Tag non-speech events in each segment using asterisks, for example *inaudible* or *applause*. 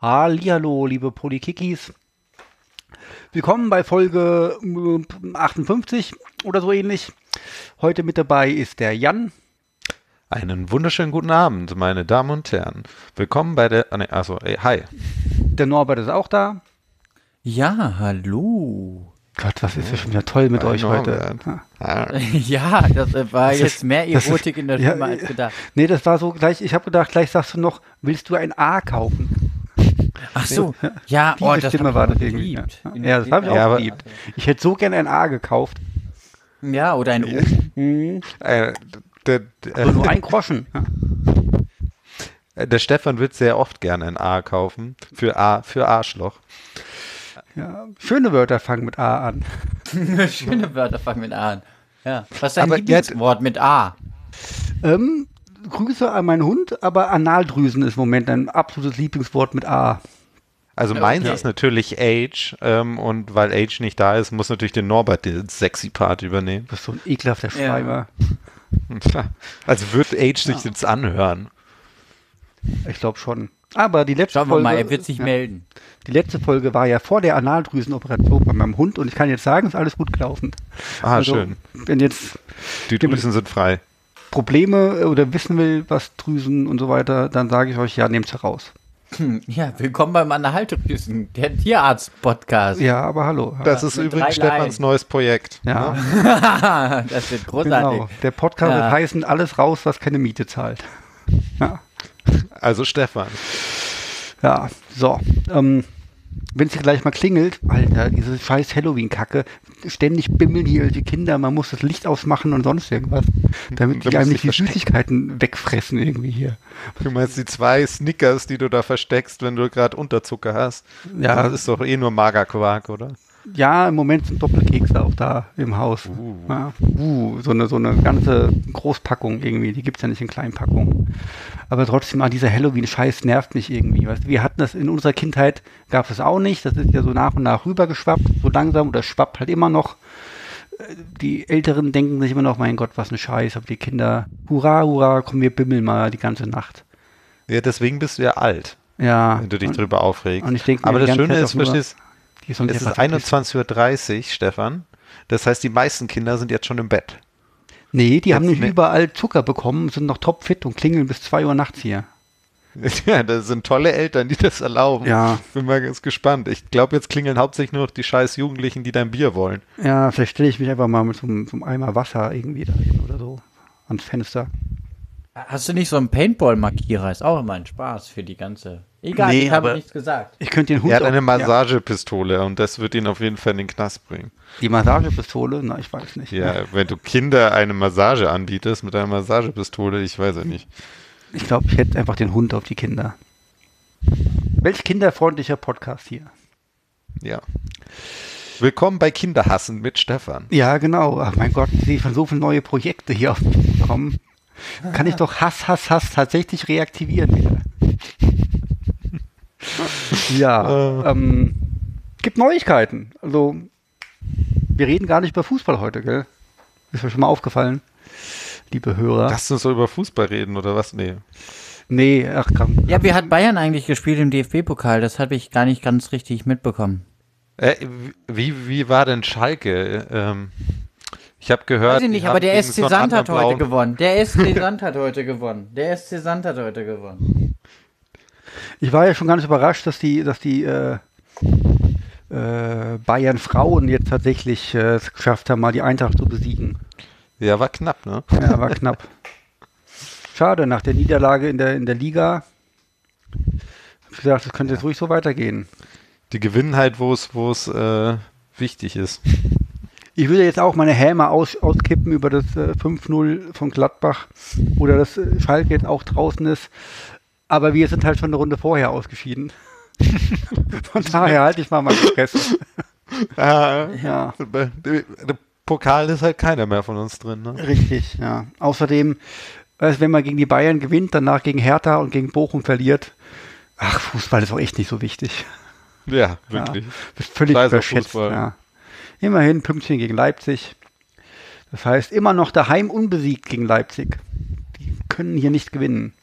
Hallihallo, liebe Polikikis. Willkommen bei Folge äh, 58 oder so ähnlich. Heute mit dabei ist der Jan. Einen wunderschönen guten Abend, meine Damen und Herren. Willkommen bei der. ah, nee, Also, ey, hi. Der Norbert ist auch da. Ja, hallo. Gott, was ist ja schon wieder toll mit Hi, euch heute. Norbert. Ja. Ah, *laughs* Ja, das äh, war Das jetzt ist- mehr das ist- Erotik in der ja, Stimme als gedacht. Nee, das war so gleich. Ich habe gedacht, gleich sagst du noch, willst du ein A kaufen? Ach so, ja, oh, Diese das Stimme hat war man das irgendwie. Ja, geliebt. In- ja das habe ich Ja, auch aber- geliebt. Ich hätte so gern ein A gekauft. Ja, oder ein O. *laughs* Mhm. äh, der, Aber nur der, ein Groschen. Ja. der Stefan wird sehr oft gerne ein A kaufen. Für A, für Arschloch. Ja. Schöne Wörter fangen mit A an. Schöne Wörter fangen mit A an. Ja. Was ist dein Aber jetzt- Lieblingswort mit A? Ähm, Grüße an meinen Hund, aber Analdrüsen ist im Moment ein absolutes Lieblingswort mit A. Also meins Okay. ist natürlich Age ähm, und weil Age nicht da ist, muss natürlich der Norbert den sexy Part übernehmen. Das ist so ein ekelhafter Ja. Schreiber. Also wird Age sich jetzt anhören. Ich glaube schon. Aber die letzte Schauen wir Folge, mal, er wird sich ja, melden. die letzte Folge war ja vor der Analdrüsenoperation bei meinem Hund und ich kann jetzt sagen, ist alles gut gelaufen. Also, Ah, schön. Wenn jetzt Die Drüsen sind frei. Probleme äh, oder wissen will, was Drüsen und so weiter, dann sage ich euch, ja, nehmt's heraus. Hm, Ja, willkommen beim Anhaltedüsen, der Tierarzt-Podcast. Ja, aber hallo. Das ist mit übrigens drei Leinen. Stefans neues Projekt. ja, *laughs* das wird großartig. genau. Der Podcast Ja. wird heißen Alles raus, was keine Miete zahlt. Ja. Also Stefan. Ja, so. Ähm, wenn es gleich mal klingelt, Alter, diese scheiß Halloween-Kacke, ständig bimmeln hier die Kinder, man muss das Licht ausmachen und sonst irgendwas, damit Damit die einem sie nicht die verstecken. Süßigkeiten wegfressen irgendwie hier. Du meinst die zwei Snickers, die du da versteckst, wenn du gerade Unterzucker hast? Ja. Das ist doch eh nur Magerquark, oder? Ja, im Moment sind Doppelkekse auch da im Haus. Ja, uh, so, eine, so eine ganze Großpackung irgendwie, die gibt es ja nicht in Kleinpackungen. Aber trotzdem, ah, dieser Halloween-Scheiß nervt mich irgendwie. Weißt, du, wir hatten das in unserer Kindheit, gab es auch nicht. Das ist ja so nach und nach rübergeschwappt, so langsam, oder schwappt halt immer noch. Äh, Die Älteren denken sich immer noch, mein Gott, was ein Scheiß, aber die Kinder, hurra, hurra, komm, wir bimmeln mal die ganze Nacht. Ja, deswegen bist du ja alt, Ja, wenn du dich und, drüber aufregst. und ich denk mir Aber die das ganze Schöne Zeit ist, auch nur, verstehst die sollen es sich ist einfach verpissen. 21.30 Uhr, Stefan. Das heißt, die meisten Kinder sind jetzt schon im Bett. *laughs* Nee, die haben Jetzt nicht ne- überall Zucker bekommen, sind noch topfit und klingeln bis 2 Uhr nachts hier. Ja, das sind tolle Eltern, die das erlauben. Ja. Bin mal ganz gespannt. Ich glaube, jetzt klingeln hauptsächlich nur noch die scheiß Jugendlichen, die dein Bier wollen. Ja, vielleicht stelle ich mich einfach mal mit so einem, so einem Eimer Wasser irgendwie dahin oder so ans Fenster. Hast du nicht so einen Paintball-Markierer? Ist auch immer ein Spaß für die ganze. Egal, Nee, ich habe aber- nichts gesagt. Ich könnte den Hund Er hat eine auch- ja, Massagepistole und das wird ihn auf jeden Fall in den Knast bringen. die Massagepistole, na, ich weiß nicht. Ja, wenn du Kinder eine Massage anbietest mit einer Massagepistole, ich weiß ja nicht. Ich glaube, ich hätte einfach den Hund auf die Kinder. Welch kinderfreundlicher Podcast hier. Ja. Willkommen bei Kinderhassen mit Stefan. Ja, genau. Ach mein Gott, ich von so viele neue Projekte hier auf mich gekommen. Kann ich doch Hass, Hass, Hass tatsächlich reaktivieren wieder. Ja, ähm, gibt Neuigkeiten. Also, wir reden gar nicht über Fußball heute, gell? Ist mir schon mal aufgefallen, liebe Hörer. Lass uns so über Fußball reden oder was? Nee. nee, ach komm. Ja, wie hat Bayern eigentlich gespielt im DFB-Pokal? Das habe ich gar nicht ganz richtig mitbekommen. Äh, wie, wie war denn Schalke? Ähm, ich habe gehört. Weiß ich die nicht, haben aber der gegen SC so einen Sand hat anderen heute Blauen- gewonnen. Der *laughs* SC Sand hat heute gewonnen. Der SC Sand hat heute gewonnen. Ich war ja schon ganz überrascht, dass die, dass die äh, äh, Bayern Frauen jetzt tatsächlich äh, es geschafft haben, mal die Eintracht zu besiegen. Ja, war knapp, ne? Ja, war knapp. Schade, nach der Niederlage in der, in der Liga. Hab Ich gedacht, das könnte jetzt ruhig so weitergehen. Die gewinnen halt, wo es wo es äh, wichtig *laughs* ist. Ich würde jetzt auch meine Häme aus, auskippen über das äh, 5-0 von Gladbach oder dass äh, Schalke jetzt auch draußen ist. Aber wir sind halt schon eine Runde vorher ausgeschieden. *laughs* von daher halte ich mal meine Fresse. Ah. Ja. Der Pokal ist halt keiner mehr von uns drin, ne? Richtig, ja. Außerdem, äh, wenn man gegen die Bayern gewinnt, danach gegen Hertha und gegen Bochum verliert, ach, Fußball ist auch echt nicht so wichtig. Ja, Ja, wirklich. das ist völlig Da ist auch überschätzt. Fußball. Ja. Immerhin Pünktchen gegen Leipzig. Das heißt, immer noch daheim unbesiegt gegen Leipzig. Die können hier nicht gewinnen.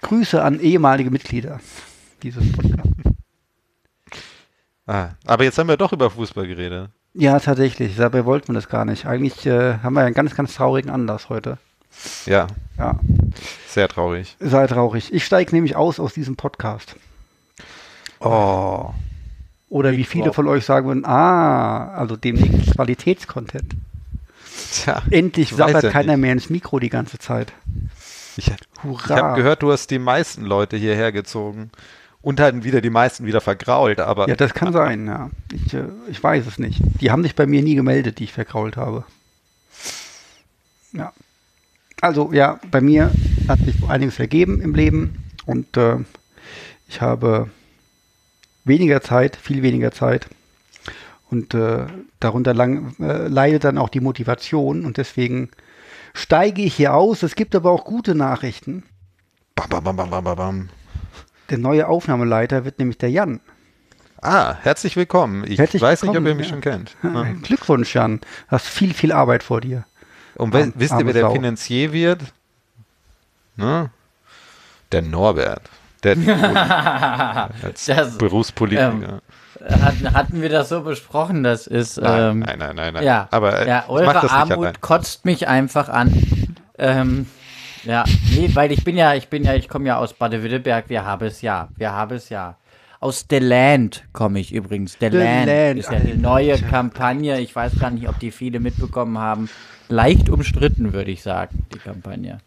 Grüße an ehemalige Mitglieder. dieses Podcast. Ah, aber jetzt haben wir doch über Fußball geredet. Ja, tatsächlich. Dabei wollten wir das gar nicht. Eigentlich äh, haben wir einen ganz, ganz traurigen Anlass heute. Ja, Ja, sehr traurig. sei traurig. Ich steige nämlich aus aus diesem Podcast. Oh. Oder wie viele von euch sagen würden, ah, also demnächst Qualitätscontent. Tja, Endlich *laughs* Ich sagt weiß ja keiner nicht. mehr ins Mikro die ganze Zeit. ich, ich Hurra. habe gehört, du hast die meisten Leute hierher gezogen und dann wieder die meisten wieder vergrault, aber Ja, das kann sein, ja. Ich, äh, ich weiß es nicht. Die haben sich bei mir nie gemeldet, die ich verkrault habe. Ja. Also, ja, bei mir hat sich einiges ergeben im Leben und äh, ich habe weniger Zeit, viel weniger Zeit. Und äh, darunter lang, äh, leidet dann auch die Motivation und deswegen steige ich hier aus. Es gibt aber auch gute Nachrichten. bam, bam, bam, bam, bam, bam, bam. Der neue Aufnahmeleiter wird nämlich der Jan. Ah, herzlich willkommen. Ich Herzlich weiß willkommen, nicht, ob ihr mich ja. schon kennt. Ah, Ja. Glückwunsch, Jan. Hast viel, viel Arbeit vor dir. Und we Arm- wisst ihr, arme wer der Sau. Finanzier wird? Ne? Der Norbert. Der als Das- Berufspolitiker. Hatten, hatten wir das so besprochen, das ist. nein, ähm, nein, nein, nein, nein. Ja, Aber äh, ja, ich mach eure das nicht Armut allein. kotzt mich einfach an. ähm, ja, nee, weil ich bin ja, ich bin ja, ich komme ja aus Baden-Württemberg, wir haben es ja, wir haben es ja. Aus The Land komme ich übrigens. The, The Land, Land, ist ja die neue Kampagne. Ich weiß gar nicht, ob die viele mitbekommen haben. Leicht umstritten, würde ich sagen, die Kampagne.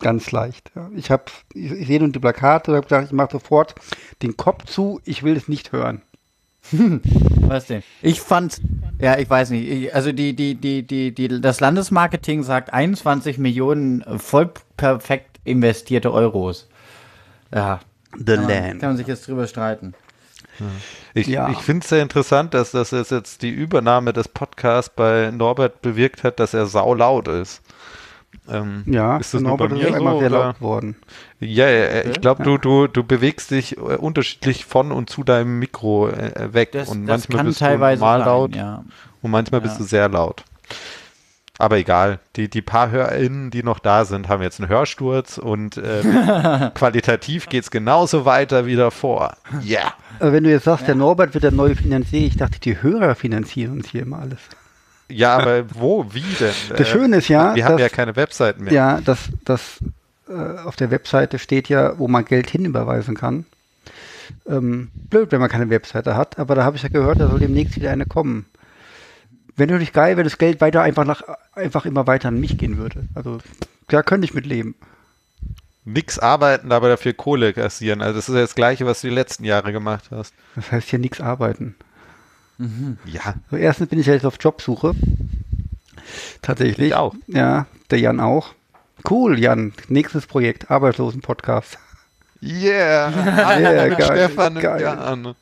Ganz leicht. Ja. Ich habe, ich, ich sehe nun die Plakate, habe gedacht, ich mache sofort den Kopf zu, ich will es nicht hören. Was denn? Ich fand, ja, ich weiß nicht. Ich, also die, die, die, die, die, das Landesmarketing sagt 21 Millionen äh, voll perfekt investierte Euros. Ja. The Kann man, kann man sich jetzt drüber streiten. Ich, Ja. ich finde es sehr interessant, dass, dass es jetzt die Übernahme des Podcasts bei Norbert bewirkt hat, dass er saulaut ist. Ähm, Ja, ist das und nur bei Norbert mir ist so, einmal sehr oder? laut geworden. Ja, ja, ja, ich glaube, du, du, du bewegst dich äh, unterschiedlich von und zu deinem Mikro äh, weg. Das, und das kann bist teilweise du mal sein, laut ja. und manchmal bist du sehr laut. Aber egal, die, die paar HörerInnen, die noch da sind, haben jetzt einen Hörsturz und *laughs* äh, qualitativ geht es genauso weiter wie davor. Ja. Aber wenn du jetzt sagst, der Norbert wird der neue Finanzier, ich dachte, die Hörer finanzieren uns hier immer alles. Ja, aber wo, wie denn? Äh, Das Schöne ist ja, wir haben dass- ja keine Webseiten mehr. Ah, Ja, das, das äh, auf der Webseite steht ja, wo man Geld hinüberweisen kann. Ähm, blöd, wenn man keine Webseite hat, aber da habe ich ja gehört, da soll demnächst wieder eine kommen. Wäre natürlich geil, wenn das Geld weiter einfach nach einfach immer weiter an mich gehen würde. Also da könnte ich mit leben. Nix arbeiten, aber dafür Kohle kassieren. Also das ist ja das Gleiche, was du die letzten Jahre gemacht hast. Das heißt hier nichts arbeiten. Ja, So, erstens bin ich ja jetzt auf Jobsuche. Tatsächlich. Ich auch. Ja, der Jan auch. Cool, Jan. Nächstes Projekt, *laughs* Arbeitslosen-Podcast. Yeah! Ja, *laughs* mit geil, Stefan und geil. Jan.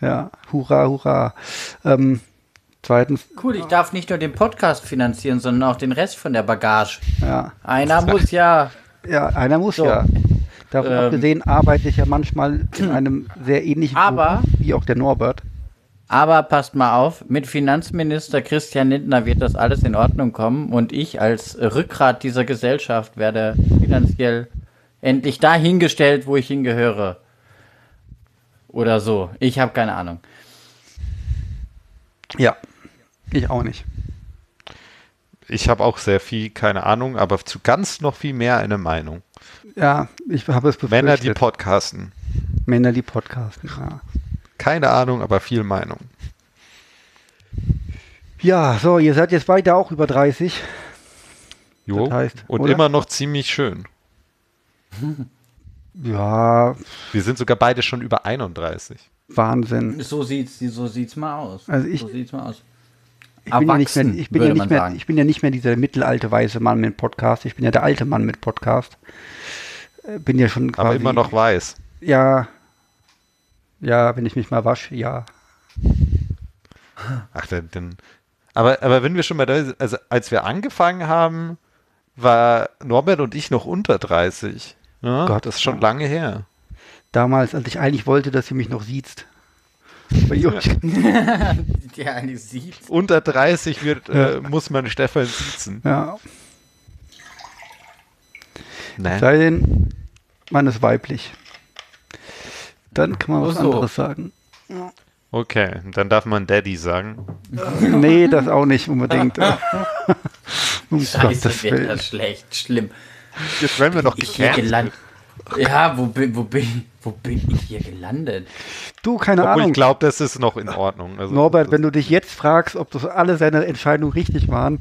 Ja, hurra, hurra. Ähm, zweitens, Cool, ich darf nicht nur den Podcast finanzieren, sondern auch den Rest von der Bagage. ja, *laughs* Einer muss ja. Ja, einer muss So. ja. Davon Ähm. abgesehen arbeite ich ja manchmal in einem sehr ähnlichen Aber- Beruf wie auch der Norbert. Aber passt mal auf, mit Finanzminister Christian Lindner wird das alles in Ordnung kommen und ich als Rückgrat dieser Gesellschaft werde finanziell endlich dahingestellt, wo ich hingehöre. Oder so. Ich habe keine Ahnung. Ja. Ich auch nicht. Ich habe auch sehr viel, keine Ahnung, aber zu ganz noch viel mehr eine Meinung. Ja, ich habe es befürchtet. Männer, die podcasten. Männer, die podcasten. Ja. Keine Ahnung, aber viel Meinung. ja, so, ihr seid jetzt beide auch über 30. Jo. Das heißt, und oder? immer noch ziemlich schön. Ja, Wir sind sogar beide schon über 31. Wahnsinn. So sieht's, so sieht's mal aus. Also ich- so sieht's mal aus. Ich bin, ja nicht mehr, ich, bin ja nicht mehr, sagen. ich bin ja nicht mehr dieser mittelalte weiße Mann mit Podcast. Ich bin ja der alte Mann mit Podcast. Äh, Bin ja schon quasi. Aber immer noch weiß. Ja. Ja, wenn ich mich mal wasche, ja. Ach, denn, denn. Aber, aber wenn wir schon mal da sind, also als wir angefangen haben, war Norbert und ich noch unter 30. Ja, Gott, das ist schon ja. lange her. damals, als ich eigentlich wollte, dass ihr mich noch sieht. *laughs* Bei euch. Der eine sieht. Unter 30 wird, äh, muss man Stefan sitzen. Ja. Nee. Sei denn, man ist weiblich. Dann kann man was Ach so. anderes sagen. Okay, dann darf man Daddy sagen. Nee, das auch nicht *laughs* unbedingt. *laughs* um Gottes Scheiße, wird Willen. das schlecht, schlimm. Jetzt werden wir doch Ich hier gecancelt. gelandet. Ja, wo bin, wo, bin, wo bin ich hier gelandet? Du, keine Obwohl ich Ahnung. glaube, das ist noch in Ordnung. Also, Norbert, das- wenn du dich jetzt fragst, ob das alle seine Entscheidungen richtig waren,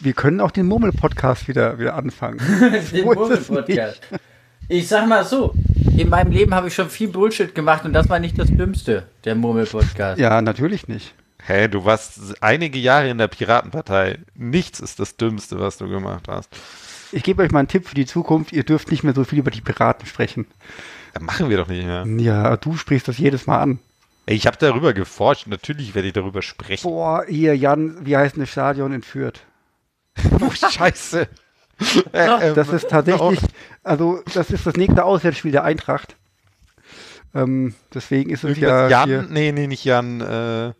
wir können auch den Murmel-Podcast wieder, wieder anfangen. *laughs* Den Wo ist es Murmelpodcast. Ich sag mal so, in meinem Leben habe ich schon viel Bullshit gemacht und das war nicht das Dümmste, der Murmelpodcast. Ja, natürlich nicht. Hä, du warst einige Jahre in der Piratenpartei. Nichts ist das Dümmste, was du gemacht hast. Ich gebe euch mal einen Tipp für die Zukunft. Ihr dürft nicht mehr so viel über die Piraten sprechen. Das Äh, machen wir doch nicht mehr. Ja, du sprichst das jedes Mal an. Ey, Ich habe darüber geforscht. Natürlich werde ich darüber sprechen. Boah, hier, Jan, wie heißt denn das Stadion in Fürth? *laughs* Oh, Scheiße. Äh, ähm, Das ist tatsächlich, also das ist das nächste Auswärtsspiel der Eintracht. Ähm, deswegen ist es ja irgendwas Jan? hier, Nee, nee, nicht Jan. Äh,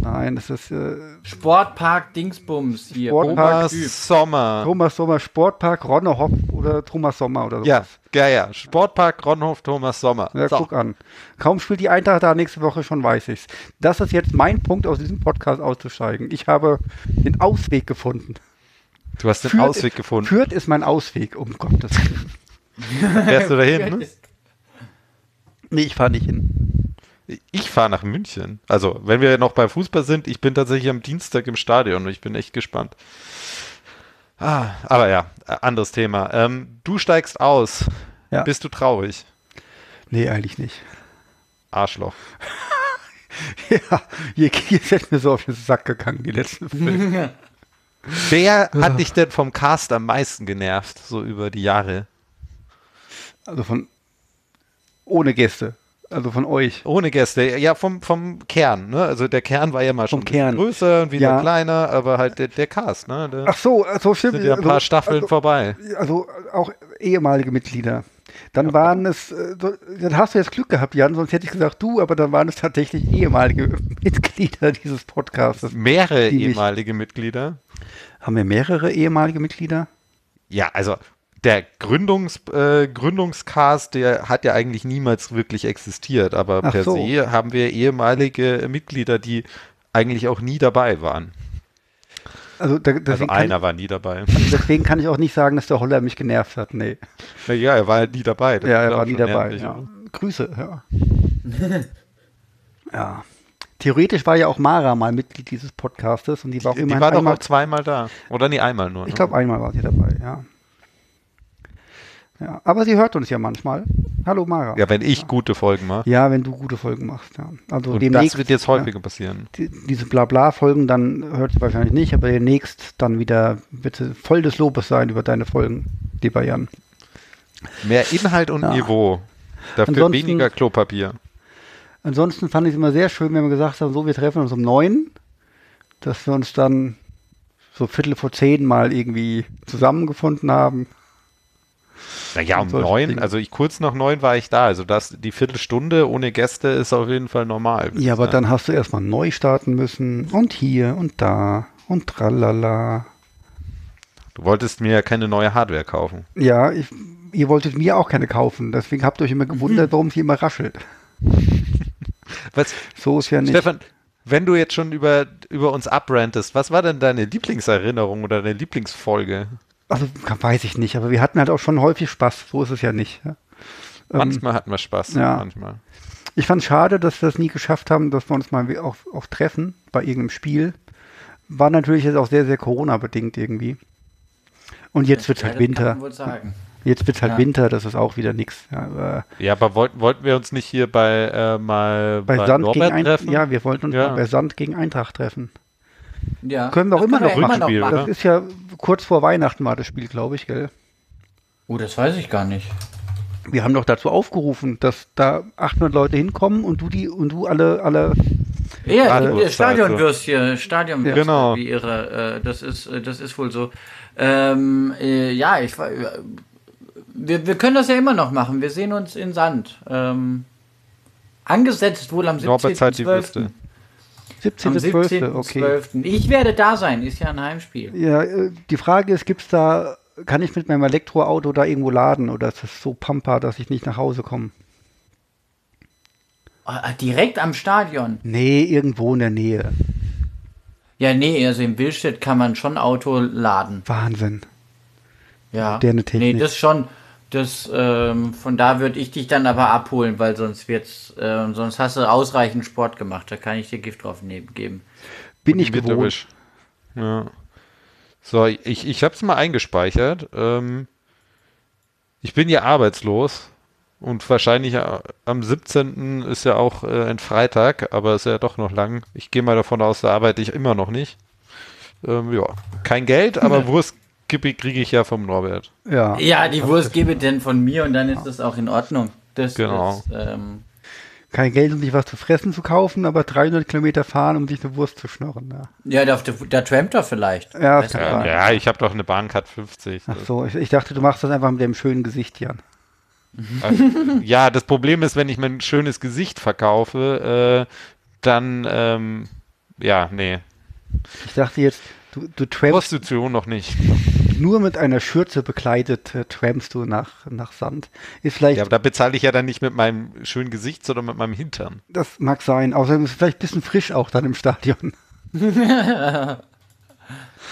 nein, das ist äh, Sportpark Dingsbums hier. Sport- Thomas Typ. Sommer. Thomas Sommer Sportpark, Ronne Hopp oder Thomas Sommer oder so. Ja, ja, ja. Sportpark Ronhof Thomas Sommer. Ja, so. guck an. Kaum spielt die Eintracht da nächste Woche, schon weiß ich's. Das ist jetzt mein Punkt, aus diesem Podcast auszusteigen. Ich habe den Ausweg gefunden. Du hast den Fürth- Ausweg gefunden. Fürth ist mein Ausweg, um Gottes Willen. Fährst du *laughs* dahin? Ne? Nee, ich fahre nicht hin. Ich fahre nach München. Also, wenn wir noch bei Fußball sind, ich bin tatsächlich am Dienstag im Stadion und ich bin echt gespannt. Ah, aber ja, äh, anderes Thema. Ähm, du steigst aus. Ja. Bist du traurig? Nee, eigentlich nicht. *laughs* Arschloch. Ja, ihr, ihr seid mir so auf den Sack gegangen, die *laughs* letzten Filme. *laughs* Wer hat dich denn vom Cast am meisten genervt, so über die Jahre? Also von ohne Gäste. Also von euch. Ohne Gäste, ja, vom, vom Kern, ne? Also der Kern war ja mal Vom schon ein bisschen Kern. größer und wieder Ja. kleiner, aber halt der, der Cast, ne? Da Ach so, also stimmt. sind ja ein paar also, Staffeln vorbei. also auch ehemalige Mitglieder. Dann waren es, äh, so- dann hast du jetzt Glück gehabt, Jan, sonst hätte ich gesagt du, aber dann waren es tatsächlich ehemalige *laughs* Mitglieder dieses Podcasts. Mehrere die mich- ehemalige Mitglieder. Haben wir mehrere ehemalige Mitglieder? Ja, also der Gründungs, äh, Gründungscast, der hat ja eigentlich niemals wirklich existiert, aber Ach per so. se haben wir ehemalige Mitglieder, die eigentlich auch nie dabei waren. Also, da, deswegen, Also kann, einer war nie dabei. *laughs* deswegen kann ich auch nicht sagen, dass der Holler mich genervt hat. Nee. Ja, er war halt nie dabei. Das Ja, ist er auch war nie schon dabei. ärgerlich, Ja. oder? Grüße, ja. ja. Theoretisch war ja auch Mara mal Mitglied dieses Podcastes und die war auch Die, immerhin die war doch einmal, auch zweimal da. Oder nee, einmal nur. ich ne? glaube einmal war sie dabei, ja. Ja, aber sie hört uns ja manchmal. Hallo Mara. Ja, wenn ich gute Folgen mache. Ja, wenn du gute Folgen machst, ja. Also Und demnächst das wird jetzt häufiger passieren. die, diese Blabla-Folgen, dann hört sie wahrscheinlich nicht, aber demnächst dann wieder bitte voll des Lobes sein über deine Folgen, lieber Jan. Mehr Inhalt und Ja. Niveau. Dafür Ansonsten- weniger Klopapier. Ansonsten fand ich es immer sehr schön, wenn wir gesagt haben, so, wir treffen uns um neun, dass wir uns dann so Viertel vor zehn mal irgendwie zusammengefunden haben. Naja, um Und solche neun, Dinge. also ich kurz nach neun war ich da. Also das, die Viertelstunde ohne Gäste ist auf jeden Fall normal. würd ich Ja, aber sagen. dann hast du erstmal neu starten müssen und hier und da und tralala. Du wolltest mir ja keine neue Hardware kaufen. Ja, ich, ihr wolltet mir auch keine kaufen, deswegen habt ihr euch immer gewundert, warum sie immer raschelt. Was, So ist ja nicht. Stefan, wenn du jetzt schon über, über uns abrantest, was war denn deine Lieblingserinnerung oder deine Lieblingsfolge? Also weiß ich nicht, aber wir hatten halt auch schon häufig Spaß, so ist es ja nicht. Ja. Manchmal hatten wir Spaß, Ähm, ja. manchmal. Ich fand schade, dass wir es nie geschafft haben, dass wir uns mal wie- auch, auch treffen bei irgendeinem Spiel. War natürlich jetzt auch sehr, sehr Corona-bedingt irgendwie. Und jetzt wird halt Ja, das kann Winter. man wohl sagen. Jetzt wird halt Ja. Winter, das ist auch wieder nichts. Ja, aber Ja, aber wollten, wollten wir uns nicht hier bei äh, mal bei Sand Norbert gegen Eintracht. treffen? Ja, wir wollten uns Ja. mal bei Sand gegen Eintracht treffen. Ja. Können wir auch Das immer können noch Rückspiel, wir Das Ja. ist ja kurz vor Weihnachten war das Spiel, glaube ich, gell? Oh, das weiß ich gar nicht. Wir haben doch dazu aufgerufen, dass da 800 Leute hinkommen und du die und du alle alle Ja, Radwurst, äh, Stadionwürstchen, Stadionwürstchen, Genau. wie ihre, äh, das ist, äh, das ist wohl so. Ähm, äh, ja, ich, wa- äh, wir, wir können das ja immer noch machen. Wir sehen uns in Sand. Ähm, angesetzt wohl am Norbert zahlt die 17.12. Würste. Am 17.12. Okay. 17.12. Ich werde da sein, ist ja ein Heimspiel. Ja, äh, die Frage ist, gibt es da kann ich mit meinem Elektroauto da irgendwo laden oder ist das so pampa, dass ich nicht nach Hause komme? Ah, Direkt am Stadion. Nee, irgendwo in der Nähe. Ja, nee, also in Billstedt kann man schon Auto laden. Wahnsinn. Ja. Moderne Technik. Nee, das schon. Das, ähm, von da würde ich dich dann aber abholen, weil sonst wird's, ähm, sonst hast du ausreichend Sport gemacht. Da kann ich dir Gift drauf ne- geben. Bin ich gewohnt. Mittelwisch. Ja. So, ich, ich habe es mal eingespeichert. Ähm, ich bin ja arbeitslos und wahrscheinlich a- am 17. ist ja auch äh, ein Freitag, aber ist ja doch noch lang. Ich gehe mal davon aus, da arbeite ich immer noch nicht. Ähm, ja, kein Geld, *laughs* aber Wurst kriege ich ja vom Norbert. Ja. Ja, die Wurst gebe denn von mir und dann ist das auch in Ordnung. Das Genau. ist, ähm, Kein Geld, um sich was zu fressen zu kaufen, aber 300 Kilometer fahren, um sich eine Wurst zu schnorren. Ja, ja, da, da trampt er vielleicht. ja das Weißt kann du? sein. Ja, ich habe doch eine Bahncard 50. *laughs* Ach so, ich, ich dachte, du machst das einfach mit dem schönen Gesicht, Jan. ja, das Problem ist, wenn ich mein schönes Gesicht verkaufe, äh, dann, ähm, ja, nee. Ich dachte jetzt, du, du trampst Prostitution noch nicht. nur mit einer Schürze bekleidet, äh, trampst du nach, nach Sand. Ist vielleicht, Ja, aber da bezahle ich ja dann nicht mit meinem schönen Gesicht, sondern mit meinem Hintern. das mag sein. Außerdem ist es vielleicht ein bisschen frisch auch dann im Stadion. Ja,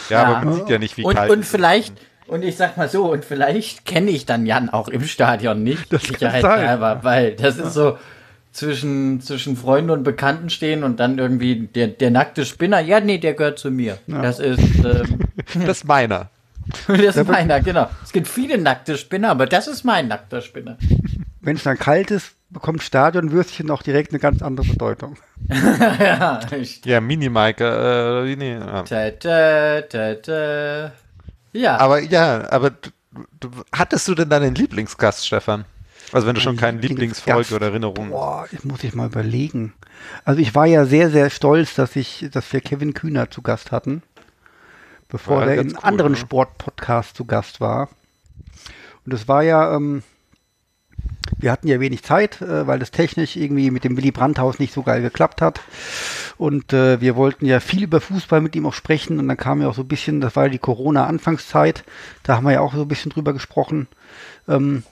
Ja. aber man sieht ja nicht, wie und, kalt. und es vielleicht, und ich sag mal so, und vielleicht kenne ich dann Jan auch im Stadion nicht, das sicherheitshalber, weil das ist so zwischen, zwischen Freunden und Bekannten stehen und dann irgendwie der, der nackte Spinner, ja, nee, der gehört zu mir. Das ist, ähm, *laughs* *laughs* ist. Das ist meiner. das ist meiner, genau. Es gibt viele nackte Spinner, aber das ist mein *laughs* nackter Spinner. Wenn es dann kalt ist, bekommt Stadionwürstchen auch direkt eine ganz andere Bedeutung. ja, ich, Ja, Minimike. Äh, nee, ja. ta, ta, ta, ta. ja. Aber ja, aber du, du, hattest du denn deinen Lieblingsgast, Stefan? Also wenn du schon keinen Lieblingsfolge Gast. oder Erinnerung. Boah, ich muss ich mal überlegen. Also ich war ja sehr, sehr stolz, dass ich, dass wir Kevin Kühner zu Gast hatten, bevor War der ganz in cool, anderen ne? Sportpodcasts zu Gast war. Und das war ja, ähm, wir hatten ja wenig Zeit, äh, weil das technisch irgendwie mit dem Willy Brandt-Haus nicht so geil geklappt hat. Und äh, wir wollten ja viel über Fußball mit ihm auch sprechen. Und dann kam ja auch so ein bisschen, das war ja die Corona-Anfangszeit, da haben wir ja auch so ein bisschen drüber gesprochen. Ähm,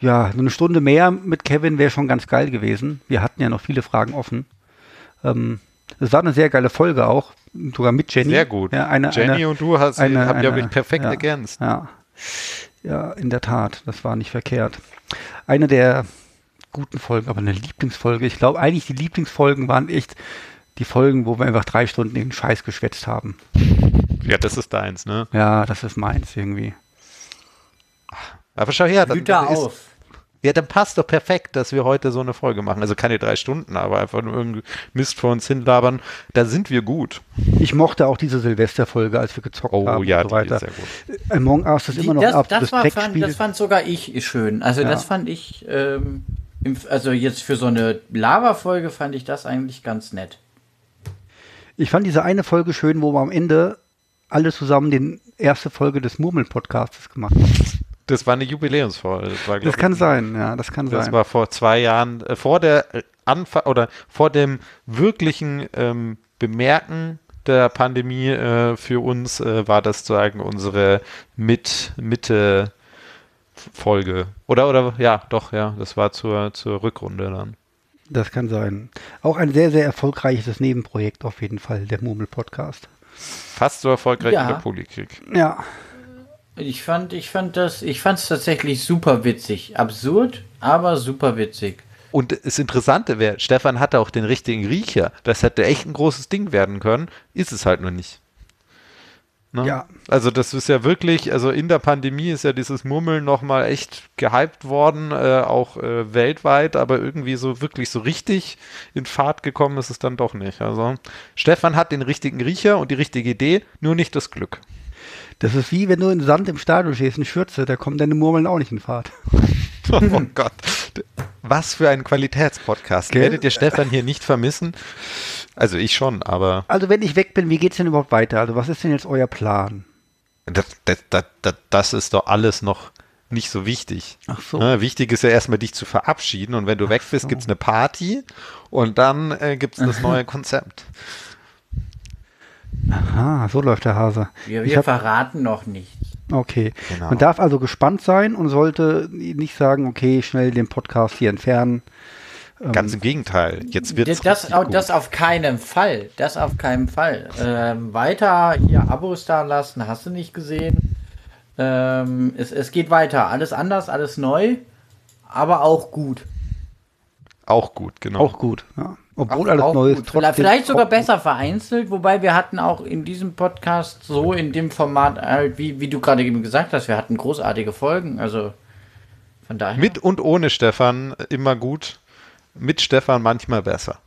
ja, so eine Stunde mehr mit Kevin wäre schon ganz geil gewesen. Wir hatten ja noch viele Fragen offen. Ähm, es war eine sehr geile Folge auch, sogar mit Jenny. Sehr gut. Ja, eine, Jenny eine, und du hast, eine- habt ihr eine- euch perfekt ja. ergänzt. ja. ja, in der Tat, das war nicht verkehrt. Eine der guten Folgen, aber eine Lieblingsfolge. Ich glaube, eigentlich die Lieblingsfolgen waren echt die Folgen, wo wir einfach drei Stunden den Scheiß geschwätzt haben. Ja, das ist deins, ne? Ja, das ist meins irgendwie. Aber schau her, dann, Hüter dann ist, auf. Ja, dann passt doch perfekt, dass wir heute so eine Folge machen. Also keine drei Stunden, aber einfach nur irgendwie Mist vor uns hinlabern. Da sind wir gut. Ich mochte auch diese Silvesterfolge, als wir gezockt Oh haben ja, und so die ist weiter. sehr gut. Among Us ist Die- immer noch das, ab. das, war, fand, Dreckspiel. das fand sogar ich schön. Also das fand ich, ähm, im, also jetzt für so eine Lava-Folge fand ich das eigentlich ganz nett. Ich fand diese eine Folge schön, wo wir am Ende alle zusammen die erste Folge des Murmeln-Podcasts gemacht haben. Das war eine Jubiläumsfolge. Das, war, glaub Das kann ich, sein, ja, das kann Das sein. war vor zwei Jahren, äh, vor der äh, Anfang oder vor dem wirklichen ähm, Bemerken der Pandemie äh, für uns äh, war das sozusagen unsere mit Mitte Folge. Oder oder ja, doch, ja. Das war zur, zur Rückrunde dann. Das kann sein. Auch ein sehr, sehr erfolgreiches Nebenprojekt auf jeden Fall, der Murmel-Podcast. Fast so erfolgreich Ja. wie der Polykrieg. Ja, Ich fand, ich fand das, ich fand es tatsächlich super witzig. Absurd, aber super witzig. Und das Interessante wäre, Stefan hatte auch den richtigen Riecher. Das hätte echt ein großes Ding werden können. Ist es halt nur nicht. Ne? Ja. Also das ist ja wirklich, also in der Pandemie ist ja dieses Murmeln nochmal echt gehypt worden, äh, auch äh, weltweit, aber irgendwie so wirklich so richtig in Fahrt gekommen ist es dann doch nicht. Also Stefan hat den richtigen Riecher und die richtige Idee, nur nicht *laughs* das Glück. das ist wie wenn du in Sand im Stadion stehst, eine Schürze, da kommen deine Murmeln auch nicht in Fahrt. Oh Gott. Was für ein Qualitätspodcast. Gell? Werdet ihr Stefan hier nicht vermissen? Also ich schon, aber Also wenn ich weg bin, wie geht's denn überhaupt weiter? Also was ist denn jetzt euer Plan? das, das, das, das, das ist doch alles noch nicht so wichtig. Ach so. Ne, wichtig ist ja erstmal, dich zu verabschieden. Und wenn du weg bist, gibt's eine Party und dann äh, gibt's das neue Konzept. Aha, so läuft der Hase. Wir, Ich wir hab- verraten noch nichts. Okay. Genau. Man darf also gespannt sein und sollte nicht sagen, okay, schnell den Podcast hier entfernen. Ganz im Gegenteil. Jetzt wird es Das, au- das auf keinen Fall. Das auf keinen Fall. Ähm, weiter hier Abos da lassen, hast du nicht gesehen. Ähm, es, es geht weiter. Alles anders, alles neu, aber auch gut. auch gut, genau. Auch gut. Ja. Obwohl Ach, alles auch neu gut. ist, trotzdem. Vielleicht sogar trocken. besser vereinzelt, wobei wir hatten auch in diesem Podcast so in dem Format, halt, wie, wie du gerade eben gesagt hast, wir hatten großartige Folgen. Also von daher. *laughs* Mit und ohne Stefan immer gut. Mit Stefan manchmal besser.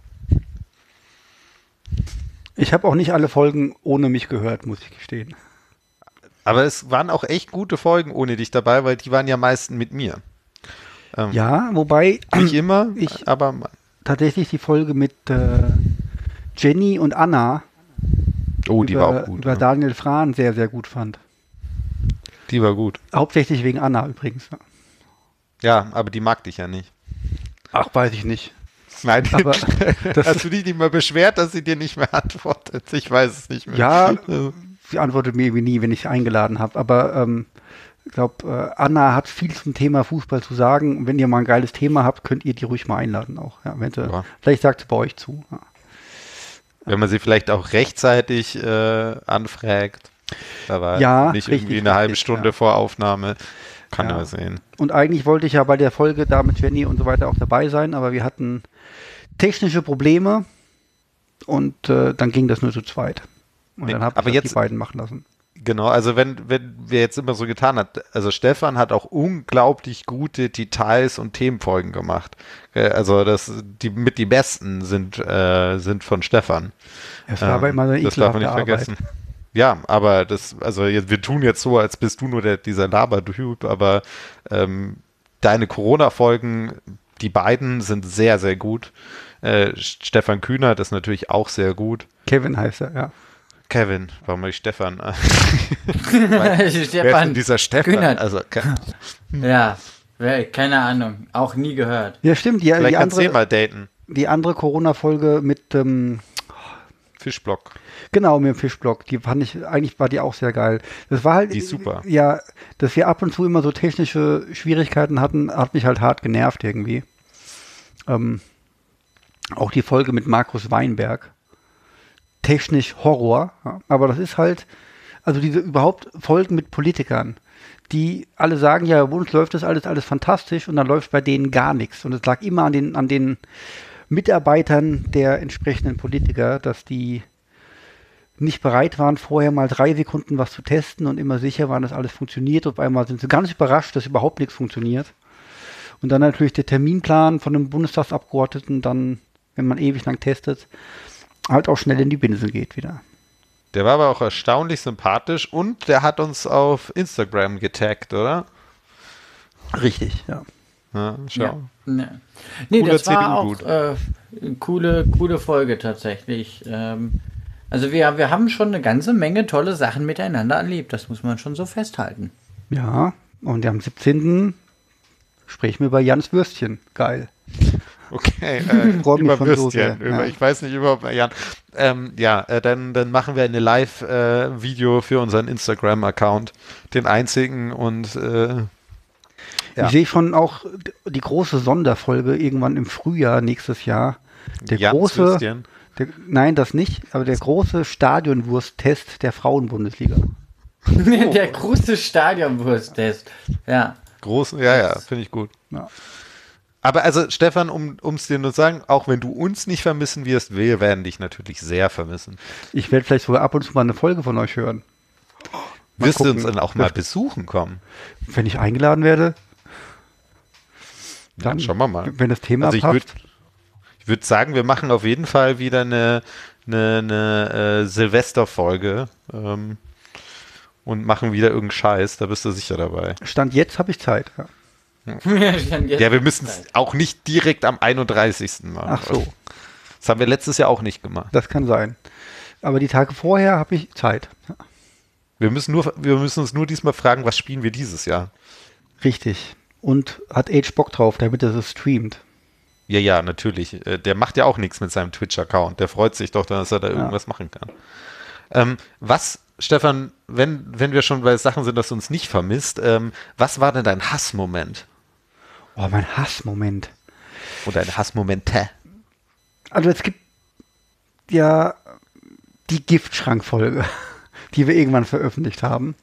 Ich habe auch nicht alle Folgen ohne mich gehört, muss ich gestehen. Aber es waren auch echt gute Folgen ohne dich dabei, weil die waren ja meistens mit mir. Ja, wobei Nicht immer, Ich- aber tatsächlich die Folge mit äh, Jenny und Anna oh, die über, war auch gut. über ja. Daniel Frahn sehr, sehr gut fand. Die war gut. Hauptsächlich wegen Anna übrigens. ja. Ja, aber die mag dich ja nicht. Ach, weiß ich nicht. Nein, *laughs* *laughs* Aber hast du dich nicht mal beschwert, dass sie dir nicht mehr *laughs* antwortet? Ich weiß es nicht mehr. Ja, sie antwortet mir irgendwie nie, wenn ich eingeladen habe. Aber ähm, ich glaube, äh, Anna hat viel zum Thema Fußball zu sagen. Und wenn ihr mal ein geiles Thema habt, könnt ihr die ruhig mal einladen auch. Ja, wenn sie, Ja. Vielleicht sagt sie bei euch zu. Ja. Wenn man sie vielleicht auch rechtzeitig äh, anfragt. Aber Ja, nicht richtig, irgendwie eine halbe richtig, Stunde ja. vor Aufnahme. Kann Ja. man sehen. Und eigentlich wollte ich ja bei der Folge da mit Jenny und so weiter auch dabei sein, aber wir hatten technische Probleme und äh, dann ging das nur zu zweit. Und Nee, dann habe ich aber das jetzt- die beiden machen lassen. Genau, also wenn, wenn wir jetzt immer so getan hat, also Stefan hat auch unglaublich gute Details und Themenfolgen gemacht. Äh, Also das, die mit die besten sind, äh, sind von Stefan. Es war aber immer so eine Ah, das darf man ekelhafte nicht Arbeit. vergessen. Ja, aber das, also jetzt, wir tun jetzt so, als bist du nur der, dieser Labertyp, aber ähm, deine Corona-Folgen, die beiden sind sehr, sehr gut. Äh, Stefan Kühnert ist natürlich auch sehr gut. Kevin heißt er, ja. Kevin, warum habe ich Stefan? *laughs* Wer ist denn Stefan, dieser Stefan? Kühnert. Also, ke- ja, wer- keine Ahnung, auch nie gehört. Ja, stimmt. Die, vielleicht die kannst du ihn andere, mal daten. die andere Corona-Folge mit, ähm, Fischblock. genau, mit dem Fischblock, die fand ich, eigentlich war die auch sehr geil. Das war halt. Die ist super. Ja, dass wir ab und zu immer so technische Schwierigkeiten hatten, hat mich halt hart genervt irgendwie. Ähm, auch die Folge mit Markus Weinberg. Technisch Horror, ja. aber das ist halt, also diese überhaupt Folgen mit Politikern, die alle sagen, ja, bei uns läuft das alles, alles fantastisch und dann läuft bei denen gar nichts. Und es lag immer an den, an den Mitarbeitern der entsprechenden Politiker, dass die nicht bereit waren, vorher mal drei Sekunden was zu testen und immer sicher waren, dass alles funktioniert. Auf einmal sind sie ganz überrascht, dass überhaupt nichts funktioniert. Und dann natürlich der Terminplan von einem Bundestagsabgeordneten, dann, wenn man ewig lang testet, halt auch schnell in die Binsen geht wieder. Der war aber auch erstaunlich sympathisch und der hat uns auf Instagram getaggt, oder? Richtig, ja. Ja, schau. Ja. Nee, nee Cooler das war auch CDU-Gut. äh, eine coole, coole Folge tatsächlich. Ähm, also wir, wir haben schon eine ganze Menge tolle Sachen miteinander erlebt, das muss man schon so festhalten. Ja, und am 17. sprechen wir über Jans Würstchen. Geil. *laughs* Okay, äh, Freut mich über schon so Würstchen. sehr, über, ja. Ich weiß nicht, über Jan. Ähm, ja, äh, dann, dann machen wir eine Live-Video für unseren Instagram-Account. Den einzigen und äh, Ja. Ich sehe schon auch die große Sonderfolge irgendwann im Frühjahr nächstes Jahr. Der Jans große, Würstchen. Der, nein, das nicht, aber der große Stadionwursttest der Frauenbundesliga. *laughs* Der große Stadionwursttest. Ja. großen, ja, ja, finde ich gut. Ja. Aber also, Stefan, um es dir nur zu sagen, auch wenn du uns nicht vermissen wirst, wir werden dich natürlich sehr vermissen. Ich werde vielleicht sogar ab und zu mal eine Folge von euch hören. wirst du uns gucken. dann auch *laughs* mal besuchen kommen? Wenn ich eingeladen werde, dann schauen wir mal. Wenn das Thema Also ich würde passt. ich würd sagen, wir machen auf jeden Fall wieder eine, eine, eine äh, Silvesterfolge ähm, und machen wieder irgendeinen Scheiß, da bist du sicher dabei. Stand jetzt habe ich Zeit. Ja. Ja, wir müssen es auch nicht direkt am 31. machen. Ach so, Das haben wir letztes Jahr auch nicht gemacht. das kann sein. Aber die Tage vorher habe ich Zeit. Ja. Wir müssen, nur, wir müssen uns nur diesmal fragen, was spielen wir dieses Jahr? Richtig. Und hat Age Bock drauf, damit er es streamt. Ja, ja, natürlich. Äh, Der macht ja auch nichts mit seinem Twitch-Account. Der freut sich doch, dass er da irgendwas machen kann. Ähm, was Stefan, wenn, wenn wir schon bei Sachen sind, dass du uns nicht vermisst, ähm, was war denn dein Hassmoment? Oh, mein Hassmoment. Oder ein Hassmomente? Also es gibt ja die Giftschrankfolge, *laughs* die wir irgendwann veröffentlicht haben.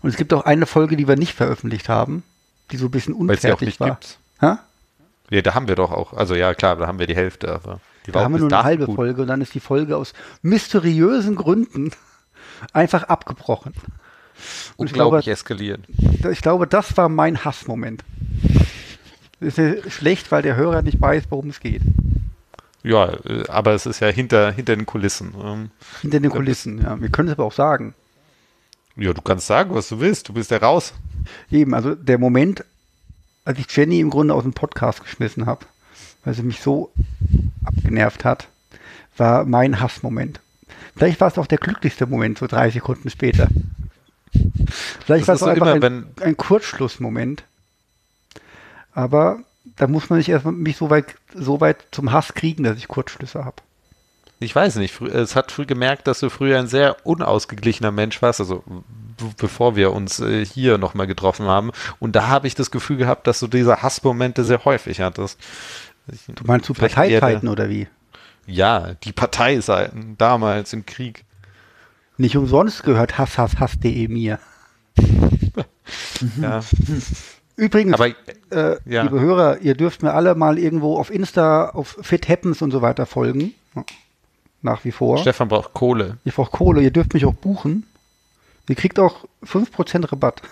Und es gibt auch eine Folge, die wir nicht veröffentlicht haben, die so ein bisschen Weil es die auch unfertig nicht war. gibt. Hä? Ja, da haben wir doch auch. Also ja, klar, da haben wir die Hälfte. Aber die Da war auch haben wir bis nur eine dahin halbe gut. Folge und dann ist die Folge aus mysteriösen Gründen *laughs* einfach abgebrochen. Und ich glaube, Unglaublich eskaliert. ich glaube, das war mein Hassmoment. Das ist schlecht, weil der Hörer nicht weiß, worum es geht. Ja, äh, aber es ist ja hinter, hinter den Kulissen. ähm. Hinter den Ja, Kulissen, ja. Wir können es aber auch sagen. Ja, du kannst sagen, was du willst. Du bist ja raus. Eben, also der Moment, als ich Jenny im Grunde aus dem Podcast geschmissen habe, weil sie mich so abgenervt hat, war mein Hassmoment. Vielleicht war es auch der glücklichste Moment, so drei Sekunden später. Vielleicht war es Das ist auch so einfach immer, ein, wenn- ein Kurzschlussmoment. Aber da muss man sich erstmal mich so weit, so weit zum Hass kriegen, dass ich Kurzschlüsse habe. Ich weiß nicht, frü- es hat früh gemerkt, dass du früher ein sehr unausgeglichener Mensch warst, also b- bevor wir uns äh, hier nochmal getroffen haben. Und da habe ich das Gefühl gehabt, dass du diese Hassmomente sehr häufig hattest. Du meinst zu Hm. Vielleicht eher der- Parteizeiten oder wie? Ja, die Parteiseiten damals im Krieg. Nicht umsonst gehört Hass, Hass, Hass.de mir. Ja. *laughs* Übrigens, Aber äh, Ja. liebe Hörer, ihr dürft mir alle mal irgendwo auf Insta, auf Fit Happens und so weiter folgen. Nach wie vor. Stefan braucht Kohle. Ich brauche Kohle, ihr dürft mich auch buchen. Ihr kriegt auch 5% Rabatt.